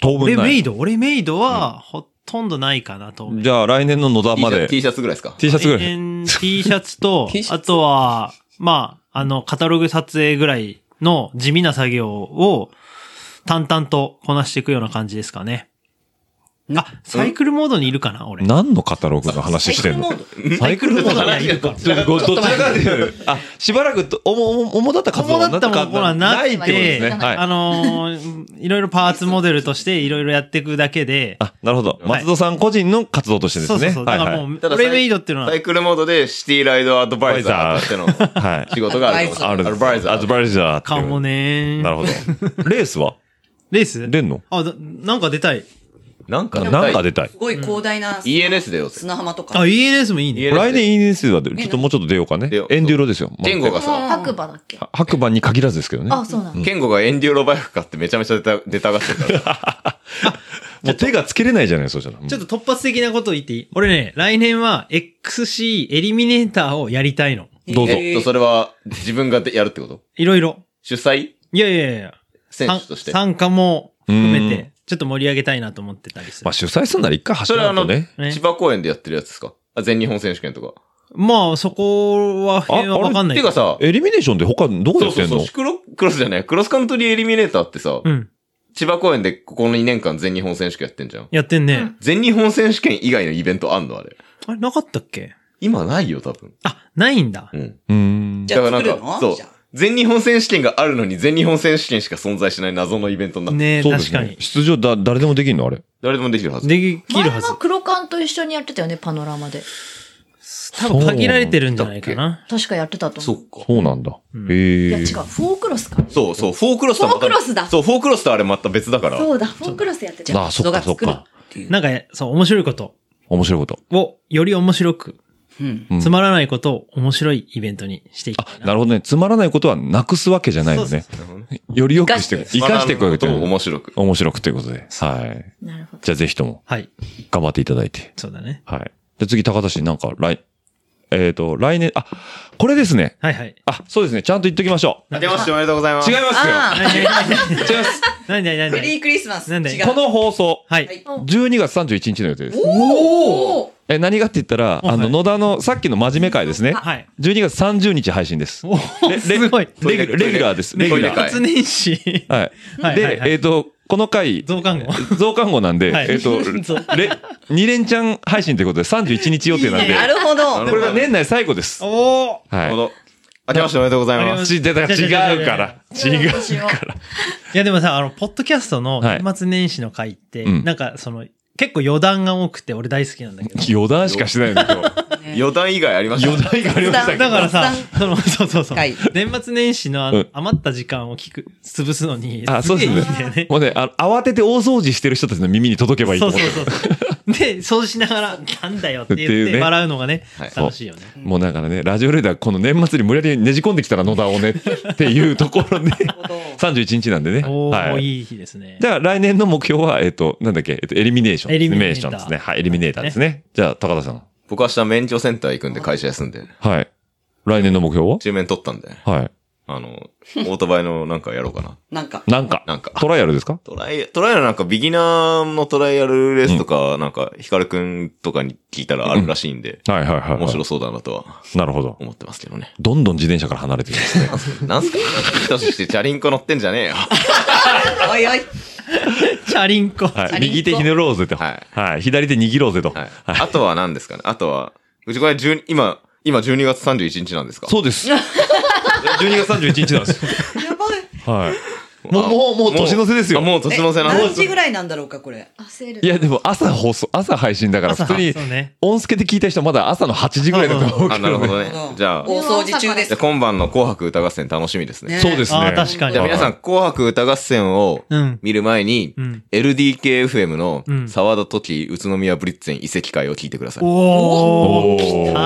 当
あ、俺
分な
メイ
い。
ド、俺メイドはほとんどないかな、当分。
じゃあ来年の野田
T
ま
シャ
で
ツ T シャツぐらいですか
T シャツぐらい。
T シャツ
[LAUGHS]
と
T シ、ャ
あとは、まあ、あの、カタログ撮影ぐらいの地味な作業を淡々とこなしていくような感じですかね。あ、サイクルモードにいるかな、俺。
何のカタログの話してんの [LAUGHS] サイクルモード
サイクルモード
[LAUGHS] どっちかどっちかっていうあ、しばらくと、おも、おも、主だった活動
主だったものはなくて
ってことですね。はい。
あのー、いろいろパーツモデルとしていろいろやっていくだけで、
あ、なるほど。
はい
松戸さん個人の活動としてです
そう
ね。
そうそう。
は
だ
い
か
は
ら
い。
もう、
ただ
俺メイドっていうのは
サ、イクルモードでシティライドアドバイザーとしての
はい。
仕事があると
ア
ア
ド
ドバ
バイ
イザー。
ザー。アドバイザーっていう
かもね
なるほど。レースは
レース
出んの
あ、だなんか出たい。
なんか
なんか出たい
す。ごい広大な
ENS でよ。
砂浜と
あ、
か。
ENS もいいね。
来年 ENS は出るちょっともうちょっと出ようかね
出よ。う
エンデューロですよ。
ケンゴがさ、
白馬だっけ
は白馬に限らずですけどね。
あ、そうなの。
ケンゴがエンデューロバイク買ってめちゃめちゃ出た出たがってるから。
もう手がつけれないじゃない、そうじゃない。
ちょっと突発的なこと言っていい俺ね、来年は XC エリミネーターをやりたいの。
どうぞ。
えっと、それは自分がでやるってこと
いろいろ。
主催
いやいやいや。
選
参
手として。
参加も含め
うん
て、ちょっと盛り上げたいなと思ってたりす
まあ
る。
主催するなら一回走らないとね。
ね
千葉公園でやってるやつですかあ全日本選手権とか。
まあ、そこは辺はわかんない
て
け
か
ど。
さ、
エリミネーションって他どこ
そう
でやっ
そ
て
うんそ
の
う、クロクロスじゃない。クロスカントリーエリミネーターってさ、
うん。
千葉公園でここの2年間全日本選手権やってんじゃん。
やってんね。
全日本選手権以外のイベントあんのあれ。
あれ、なかったっけ
今ないよ、多分。
あ、ないんだ
う。ん。
うーん。
じゃあ
だから
作
なん
る
か
の
そう
じゃあ
全日本選手権があるのに全日本選手権しか存在しない謎のイベントになって、
ね
そうで
確
す
か
ね
に。。
出場だ、誰でもできるのあれ。
誰でもできるはず。
できる
前
はず
は。黒缶と一緒にやってたよね、パノラマで。
多分限られてるんじゃないかな。
確かやってたと思う。
か。
そうなんだ。
ん
へ
いや、違
え
う。。フォークロスか。
そうそう、フォークロスとはまた
フォークロスだ
そう、フォークロスとあれまた別だから。
そうだ、フォークロスやってた。
ああ、そっかそっか。
なんか、そう、面白いこと
面白いこと。
を、より面白く、
うん
つまらないことを面白いイベントにしていき
あ
たい、な。
なるほどね。つまらないことはなくすわけじゃないのね。より良くして、生かしていくわけ
と
じゃ
面白く。
面白くということで。はい。
なるほど。
じゃあぜひとも
はい。
頑張っていただいて。
そうだね。
はい。で、次、高田氏、なんか、来、えっ、と、来年、あ、これですね。
はいはい。
あ、そうですね。ちゃんと言っときましょう。
明けましておめでとうございます。
違いますよ。
あ
違います。何何
あ、フ
何
リークリスマス。
なんだ
違
よ
う
この放送、
はい。
12月31日の予定です。
おー
え、何がって言った
は
ら、
い
あの、野田の、さっきの真面目会ですね。
はい。
12月30日配信です。
おーすごい。
レギュレギュラーです。レギュラー。
はい
初年始。
はい。
はいはい
で、
はい
えっ、と、この回、
増刊号。
増刊号なんで、
はい
え
[LAUGHS]
っ、
増
と、れ、2連チャン配信ということで31日予定なんで、
なるほど。
なる
こ
ほど
れが年内最後です。
おお。
は
ないるほ。ど。明けましておめでとうござい
あり
ます。
が
ちだから違うから。違うから。
いやでもさ、あの、ポッドキャストの
はい
年末年始の回って、
うん
なんかその、結構余談が多くて俺大好きなんだけど。
余談しかしてない
[LAUGHS]
んだけど。
余談以外ありました。
余談がありましたけ
だ。
ど
からさ、その、そうそうそう
はい。
年末年始のあの
うん
余った時間を聞く、潰すのに、
あ、そうです
げえいいんだよ
ね
ね。。
もうね、あの慌てて大掃除してる人たちの耳に届けばいいと
そう
思っ
そう
て
そう。で、掃除しながら、なんだよって
ってい
言っ
うね
て笑うのがね
はい、
楽しいよね。
もうだからね、ラジオレーダーこの年末に無理やりねじ込んできたら野田をね、っていうところで、31日なんでね。
おー、
はい。
いい日ですね。
じゃあ来年の目標は、えっと、なんだっけ、えっと、エリミネーション。
エリミネーター
ですね。はい、エリミネーターですね。じゃあ、高田さん。
僕明日免許センター行くんで会社休んで、
はい。来年の目標
中免取ったんで、
はは
あの、オートバイのなんかやろうかな。
なんか。
い。なんか、
なんか
トライアルですか
トライ、トライアルなんかビギナーのトライアルレースとか、なんかヒカルくんとかに聞いたらあるらしいんで、
はいはいはいはい。
面白そうだなとは
なるほど。
思ってますけどね。 [LAUGHS]
どんどん自転車から離れていきますね。
なんすか人としてチャリンコ乗ってんじゃねえよ。
おいおい。
チャリンコ。
はい。右手ひねろうぜと。は。
はい
左手握ろうぜと。
はい。
はい
あとは何ですかねあとは、うちこれ12、今、今12月31日なんですか
そうです。12月31日な
[LAUGHS]
んですよ。
やばい。
はい。もう、もう、もう年の瀬ですよ
あ。もう年の瀬なん
何
です
時ぐらいなんだろうか、これ。
焦る。
いや、でも朝放送、朝配信だから、
朝
普通に
そうね、
音助で聞いた人まだ朝の8時ぐらいだと思うけ
あ、なるほ
どね。
どね。じゃあ、
大掃除中で
じゃ
す。
あ今晩の紅白歌合戦楽しみですね。
ね
そうです
あ
ね。
ー確かに
じゃあ皆さん、紅白歌合戦を
うん
見る前に、
うん
LDKFM の
うん
沢田時宇都宮ブリッツェン遺跡会を聞いてください。
お
おー
ー来た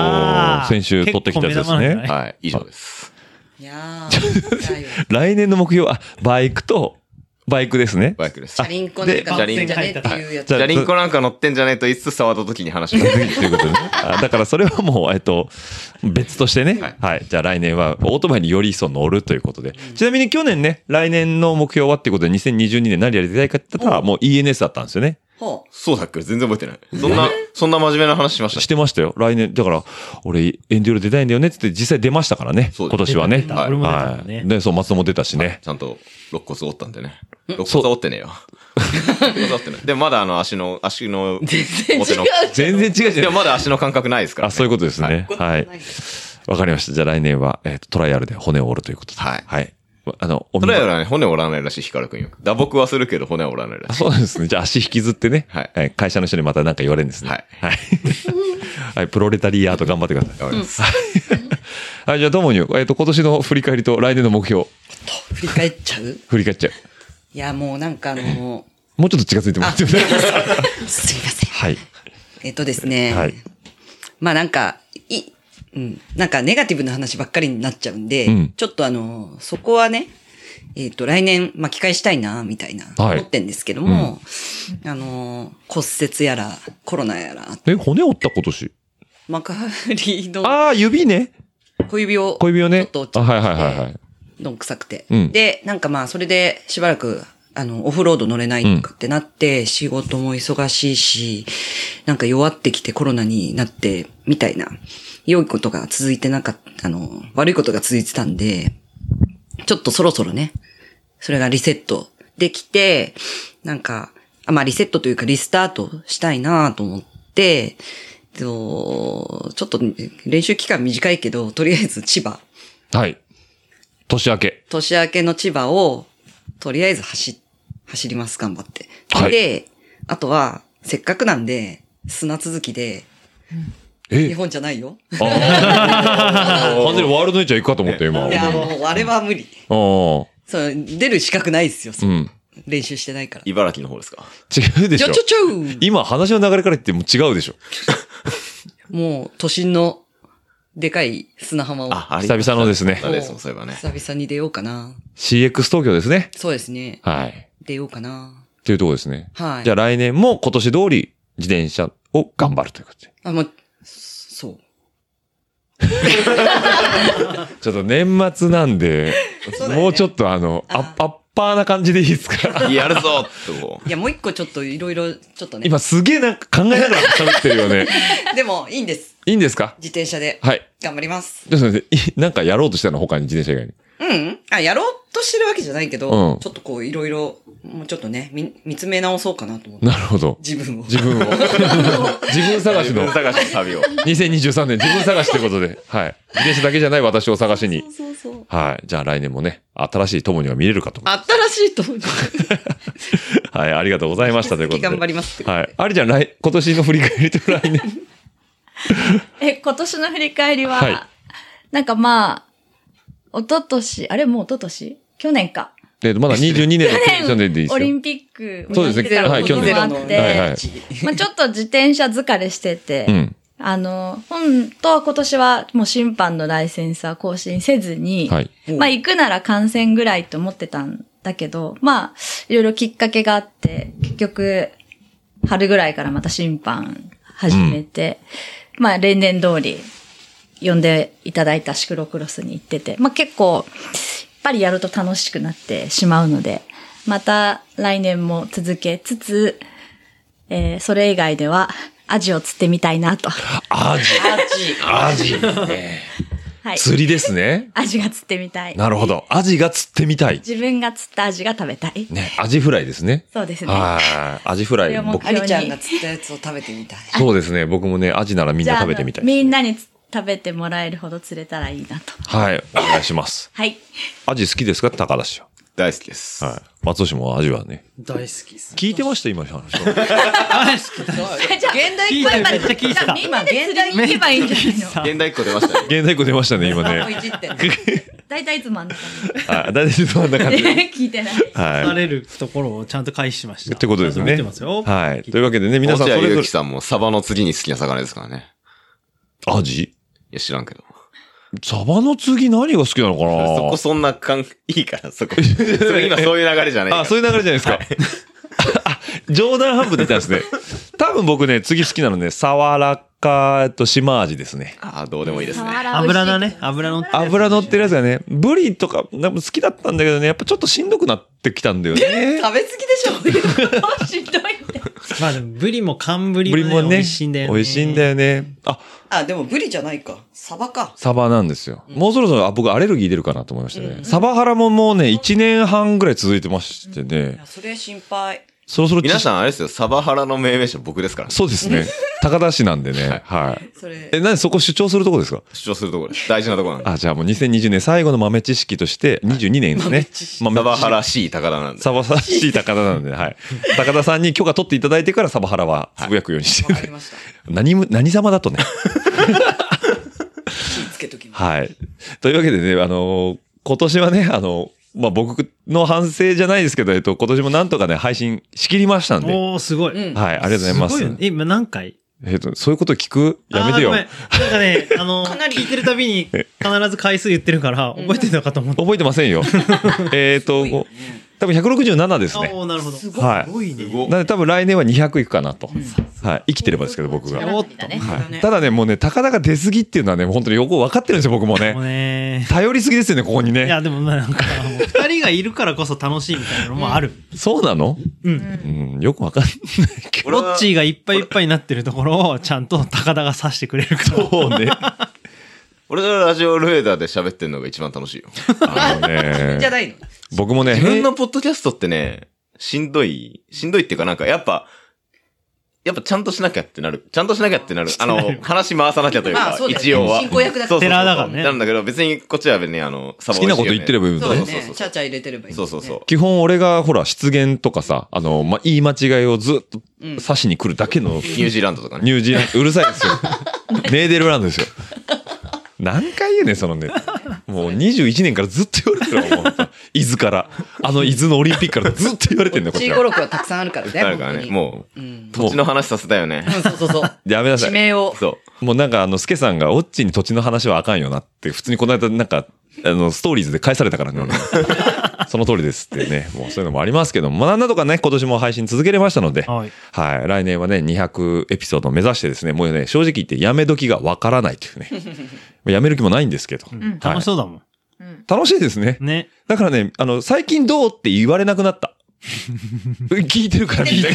ー
先週撮ってきたやつで
結構
すね
目玉なんじゃない
はい、以上です。
いやー。
[LAUGHS] 来年の目標、あ、バイクと、バイクですね。
バイクです。
チャリンコなん
で
か乗ってんじゃねえっていうやつ
じ。ゃリンコなんか乗ってんじゃねえといつ触った時に話が。
ということでね。あだからそれはもう、えっと、別としてね。はい。じゃあ来年はオートバイにより一層乗るということで。ちなみに去年ね、来年の目標はっていうことで2022年何やりたいかって言ったら、もう ENS だったんですよね。
ほう。
[LAUGHS] そうだっけ全然覚えてない。そんな、そんな真面目な話しました
し。てましたよ。来年、だから、俺エンデューロ出たいんだよねって言って実際出ましたからね。
そう
今
です
年はね
出。た出た俺も出たも
は
んね
い。で、そう、松戸も出たしね。
ちゃんと、肋骨折ったんでね。肋骨は折ってねえよ。肋骨は折ってない。でもまだあの足の、足の、全
違う。
[LAUGHS] 全然違う
で
じゃ
も
ん。
まだ足の感覚ないですから、
あ、そういうことです
は
ね。はい。わかりました。じゃあ来年は、えっと、トライアルで骨を折るということで。
はい
はい。あの、お見
トライアルはね、骨折らないらしい、ヒカルくんよ。打撲はするけど骨は折らないら
あ
しい。
そうですね。じゃあ足引きずってね。
はい
はい。会社の人にまた何か言われるんですね。
はい
はい。はい。プロレタリアート頑張ってください。
わかります
はい。じゃあ、ともに、えっ、と、今年の振り返りと来年の目標、
振り返っちゃう
振り返っちゃう。
いや、もうなんかあの、
も [LAUGHS] うちょっと近づいてもらってもいいですか
すいません。
はい。
えっとですね。
はい。
まあなんか、い、うん、なんかネガティブな話ばっかりになっちゃうんで、
うん
ちょっとあの、そこはね、えっ、と、来年巻き返したいな、みたいな、
はい
思ってんですけども、あの、骨折やら、コロナやら、
え、骨折った今年。
幕張の
ああ、指ね。
小指を、
小指をね。
ちょっと
あ、
落ち
は
て
いはいはいはい。
どんくさくて。
うん
で、なんかまあ、それでしばらく、あの、オフロード乗れないとかってなって、仕事も忙しいし、なんか弱ってきてコロナになって、みたいな、良いことが続いてなかった、あの、悪いことが続いてたんで、ちょっとそろそろね、それがリセットできて、なんか、あまあリセットというかリスタートしたいなと思って、とちょっと練習期間短いけど、とりあえず千葉。
はい。年明け。
年明けの千葉を、とりあえず走、走ります、頑張って。
はい
で、あとは、せっかくなんで、砂続きで、日
え
本じゃないよ。
あー完全にワールドネイチャー行くかと思ったよ、今。
いや、もう、あれは無理。
あ
そう、出る資格ないですよ、
あ。うん。
練習してないから。
茨城の方ですか。
違うでし
ち
ょ
ょ。ちょちょ
今、話の流れから言っても違うでしょ。
もう、都心の、でかい砂浜を、
あ、
久
あり
久々のですね。
あれですもんそういえばね。
々に出ようかな。
CX 東京ですね。
そうですね。
はい。
出ようかな。
っていうところですね。
はい。
じゃあ来年も今年通り自転車を頑張るということで。
あ、もう、そう。
ちょっと年末な
[LAUGHS]
んで、もうちょっとあの、アッアッパーな感じでいいですか [LAUGHS]
やるぞってこ
いや、もう一個ちょっといろいろ、ちょっとね。
今すげえなんか考えながら喋ってる
[LAUGHS]
よね。
でも、いいんです。
いいんですか
自転車で。
はい。
頑張ります。
ちょっと待っていなんかやろうとしたの他に自転車以外に。
うん。あ、やろうとしてるわけじゃないけど、
うん
ちょっとこう、いろいろ、もうちょっとね、み見つめ直そうかなと思って。
なるほど。
自分を。 [LAUGHS]
自分を。自分
う。
探し
自
の
分探しの旅を。
2023年自分探しということで。はい。自転車だけじゃない私を探しに。はい。じゃあ来年もね、新しい友には見れるかと思います
新しいと
[LAUGHS]
思う。
はい、ありがとうございましたということで。
頑張りますって
はい。ありちゃん、来、今年の振り返りと来年。
え、今年の振り返りは、
はい
なんかまあ、一昨年あれもう一昨年去年か。
えっと、まだ22年のテンションでいいです
オリ
よ。
ンピック
そうですね
やってた
はい
こと
去
も
年
あっ
はいはい
て、 [LAUGHS] まあちょっと自転車疲れしてて、
うん。
あの、本当は今年はもう審判のライセンスは更新せずに、
はい。
まあ行くなら観戦ぐらいと思ってたんだけど、まあ、いろいろきっかけがあって、結局、春ぐらいからまた審判始めて、まあ例年通り呼んでいただいたシクロクロスに行ってて、まあ結構、やっぱりやると楽しくなってしまうので、また来年も続けつつ、えーそれ以外では、アジを釣ってみたいなと。
アジ。アジ。アジ。
[LAUGHS] はい。
釣りですね。
アジが釣ってみたい。
なるほど。アジが釣ってみたい。
自分が釣ったアジが食べたい。
ね。アジフライですね。
そうですね。
はい。アジフラ
これ
イ。
はもう
僕
ありちゃんが釣ったやつを食べてみ
[LAUGHS]
たい。
そうですね。僕もね、アジならみん
じゃ
な
あ
食べてみた
あの
い。
みんなにつ食べてもらえるほど釣れたらいいなと。
はい。お願いします。
はい。
アジ好きですか高田氏は。
大好きです。
はい。松尾氏もアジはね。
大好きです。
聞いてました今の話。
大好きだ。
[LAUGHS] じゃあ、現代
聞いたよ、めっちゃ聞いてた。
今で釣りに行けばいいんじゃないの
現代っ子出ましたね。
現在っ子出ましたね、今ね。はい。
いじってね。
大体いつもあんな感じ。
大体そんな感じで。
[LAUGHS] 聞いてない。
はい
さ。れるところをちゃんと回避しました。
ってことです
ちゃん
ね。
見てますよ。
はい。というわけでね、皆
皆
さ
さん、落
んそ
合
れ
ゆ
ぞ
う
れ
き。さんもサバの次に好きな魚ですからね。
アジ
いや、知らんけど。
サバの次何が好きなのかな
そこそんな感、いいから、
[LAUGHS]
そこ。それ今そういう流れじゃないから
あ、そういう流れじゃないですか。 [LAUGHS] あ、冗談半分出たんですね。多分僕ね、次好きなのね、サワラか、えっと、島味ですね。
あどうでもいいですね。
油
[LAUGHS]
だね。油の。
油乗ってるやつがね、ブリとか、なんか好きだったんだけどね、やっぱちょっとしんどくなってきたんだよね。
食べ過ぎでしょしんどいって。
まあでも、ブリも寒ブリ
ブリ
もね、
も
美
ね、
味しいんだよね。
美味しいんだよね。あ、
あ、でもブリじゃないか。サバか。
サバなんですよ。もうそろそろ、あ、僕アレルギー出るかなと思いましたね。サバハラももうね、1年半ぐらい続いてましてね、
それ心配。
そろそろ
皆さんあれですよ、サバハラの命名者僕ですから。
そうですね。高田市なんでね。はい。
それ。
え、なんでそこ主張するとこですか
主張するところです。大事なところなんで
あ、じゃあもう2020年最後の豆知識として、22年ですね。
す。サバハラ C 高田なんで。
サバハラしい高田なので、はい。高田さんに許可取っていただいてからサバハラはつぶやくようにして、
わかりました。
[LAUGHS] 何も、何様だとね。
気ぃつけときます。
はい。というわけでね、あのー今年はね、あのーまあ、僕の反省じゃないですけど、えっと、今年もなんとかね、配信しきりましたんで。はい、
おー、すごい。
うん
ありがとうござ
す
い
よ
ま
ね
す。
え、今何回
えっと、そういうこと聞くやめてよ
あ。ーごめんなん [LAUGHS] かね、あの、
かなり
聞いてるたびに必ず回数言ってるから、覚えてるのかと思って。
覚えてませんよ。えっと、こう多分167です
あ
ね。
おー、なるほど。す
ごいはい
ごいね。
なので多分来年は200いくかなと。はい。生きてればですけど、僕が。
[LAUGHS] お
[LAUGHS]
っと。
はい。ただね、もうね、たかだか出過ぎっていうのはね、本当によく分かってるんですよ、僕
も
も
う
ね。
ね
頼りすぎですよね、ここに
い
ね。
や、でもまあなんか、もう二人がいるからこそ楽しいみたいなのもある。
そうなのうん。よく分かんないけ
俺
ロ
は
ッチーがいっぱいいっぱいになってるところを、ちゃんと高田が指してくれるから。
どね。
俺がラジオルエダーで喋ってるのが一番楽しいよ。
あのね
じゃ。ないの。
僕もね、
自分のポッドキャストってね、しんどい、しんどいっていうかなんかやっぱ、やっぱちゃんとしなきゃってなる。ちゃんとしなきゃってなる。あの、話回さなきゃという
ま
か
あそ、うだよね
一応は。
進行役だから
そうそうそう
テラーだからね
なんだけど、別にこっちは別にあの、サ
好きなこと言ってればいいん
そう
だね
そ
そうう
そうそ
ね。
う
ちゃちゃ入れてればいい。
そうそうそう。
基本俺がほら、失言とかさ、あの、ま、言い間違いをずっと刺しに来るだけの
ニュージーランドとかね。
ニュージーランド、うるさいで
[LAUGHS]
すよ。ネーデルランドですよ。何回言うねんそのね。もう21年からずっと言われてるわ、もう。伊豆から。あの伊豆のオリンピックからずっと言われてんだよ、こっ
チ
ち
ー語
は。
録はたくさんあるからね。
あるからね。も
う。う
う、
ん。
土地の話させたよね。
うんそうそうそう。
やめなさ
地
い。
名を。
そう。
もうなんかあの、スケさんがオッチに土地の話はあかんよなって、普通にこの間なんか、あの、ストーリーズで返されたからね、俺 [LAUGHS] その通りですってね。もうそういうのもありますけども、まあなんとかね、今年も配信続けれましたので、
はい。
はい。来年はね、200エピソードを目指してですね、もうね、正直言ってやめ時がわからないというね。やめる気もないんですけど。は
楽
い
しそうだも
楽しいですね
ん。。ね。
だからね、あの、最近どうって言われなくな [LAUGHS] った。聞いてるからみんな。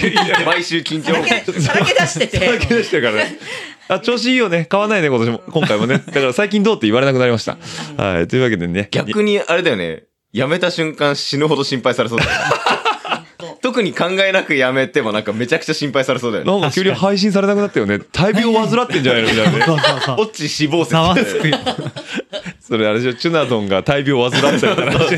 毎週緊張。
さらけ出してて。
だけでしたからね。あ、調子いいよね。買わないね、今年も。今回もね。だから最近どうって言われなくなりました。はい。というわけでね。
逆にあれだよね。辞めた瞬間死ぬほど心配されそうだよね特に考えなく辞めてもなんかめちゃくちゃ心配されそうだよね。
なんか急に配信されなくなったよね。大病を患ってんじゃないのみたいなね。
そうそうそ
オ
う。
ッチ死亡
ざわ
説。
つくよ。
それあれでしょ、チュナドンが大病を患ったような話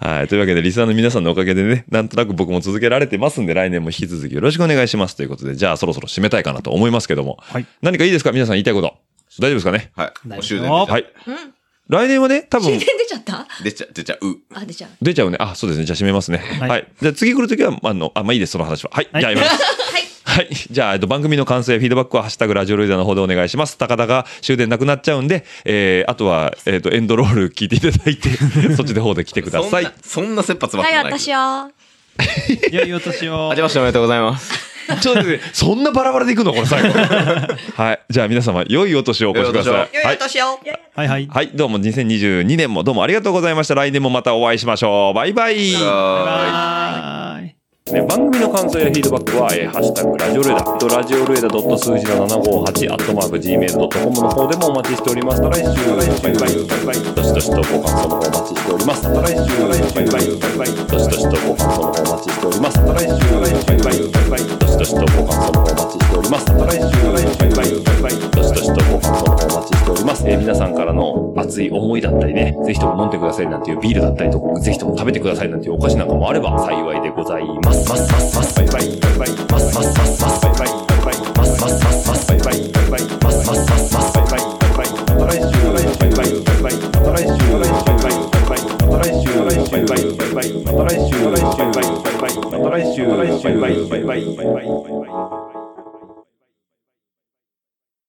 はい。というわけで、リスナーの皆さんのおかげでね、なんとなく僕も続けられてますんで、来年も引き続きよろしくお願いしますということで、じゃあそろそろ締めたいかなと思いますけども。
はい
何かいいですか皆さん言いたいこと。大丈夫ですかね
はい。もう終電
な
出
るほ
ちゃ
はい。来年はね、多 [LAUGHS] 分
終電。出ちゃった
う。出ちゃ、出ちゃう。
あ、出ちゃう。
[LAUGHS] 出ちゃうね。あ、そうですね。じゃあ閉めますね。はいい。じゃあ次来るときは、あの、あ、まあいいです、その話は。はい。
はい
じゃあやめ [LAUGHS] ます。はい。じゃあ、えっと、番組の完成、フィードバックは、ハッシュタグ、ラジオルイダーの方でお願いします。高田が終電なくなっちゃうんで、えー、あとは、えっと、エンドロール聞いていただい [LAUGHS] て、そっちの方で来てください。
そんな、そんな切羽詰ま
は
って
い、
ない。
私よ。
良いお年を
明。けましておめでとうございます。
ちょっと待って、そんなバラバラでいくのこれ [LAUGHS] 最後。はい。じゃあ皆様、良いお年をお越しください。
良
はい。
年を。
はいはい。
はい。どうも、2022年もどうもありがとうございました。来年もまたお会いしましょう。バイバイ。
バイバイ。
ね、番組の感想やフィードバックは、えーハッシュタグラジオルエダ、えっとラジオルエダ数字の758、アットマーク Gmail.com の方でもお待ちしております。また来週、バイバイ、バイバイ、どしどしとご感想の方お待ちしております。また来週、バイバイ、バイバイ、どしどしとご感想の方お待ちしております。また来週、バイバイ、バイバイ、どしどしとご感想の方お待ちしております。また来週、バイバイ、バイバイ、どしどしとご感想の方お待ちしております。えー皆さんからの熱い思いだったりね、ぜひとも飲んでくださいなんていうビールだったりとか、ぜひとも食べてくださいなんていうお菓子なんかもあれば幸いでございます。ますますますバイバイバイバイますますますますバイバイバイバイますますますますバイバイバイバイますますますますバイバイバイバイまた来週バイバイバイバイまた来週バイバイバイバイまた来週バイバイバイバイまた来週バイバイバイバイまた来週バイバイバイバイ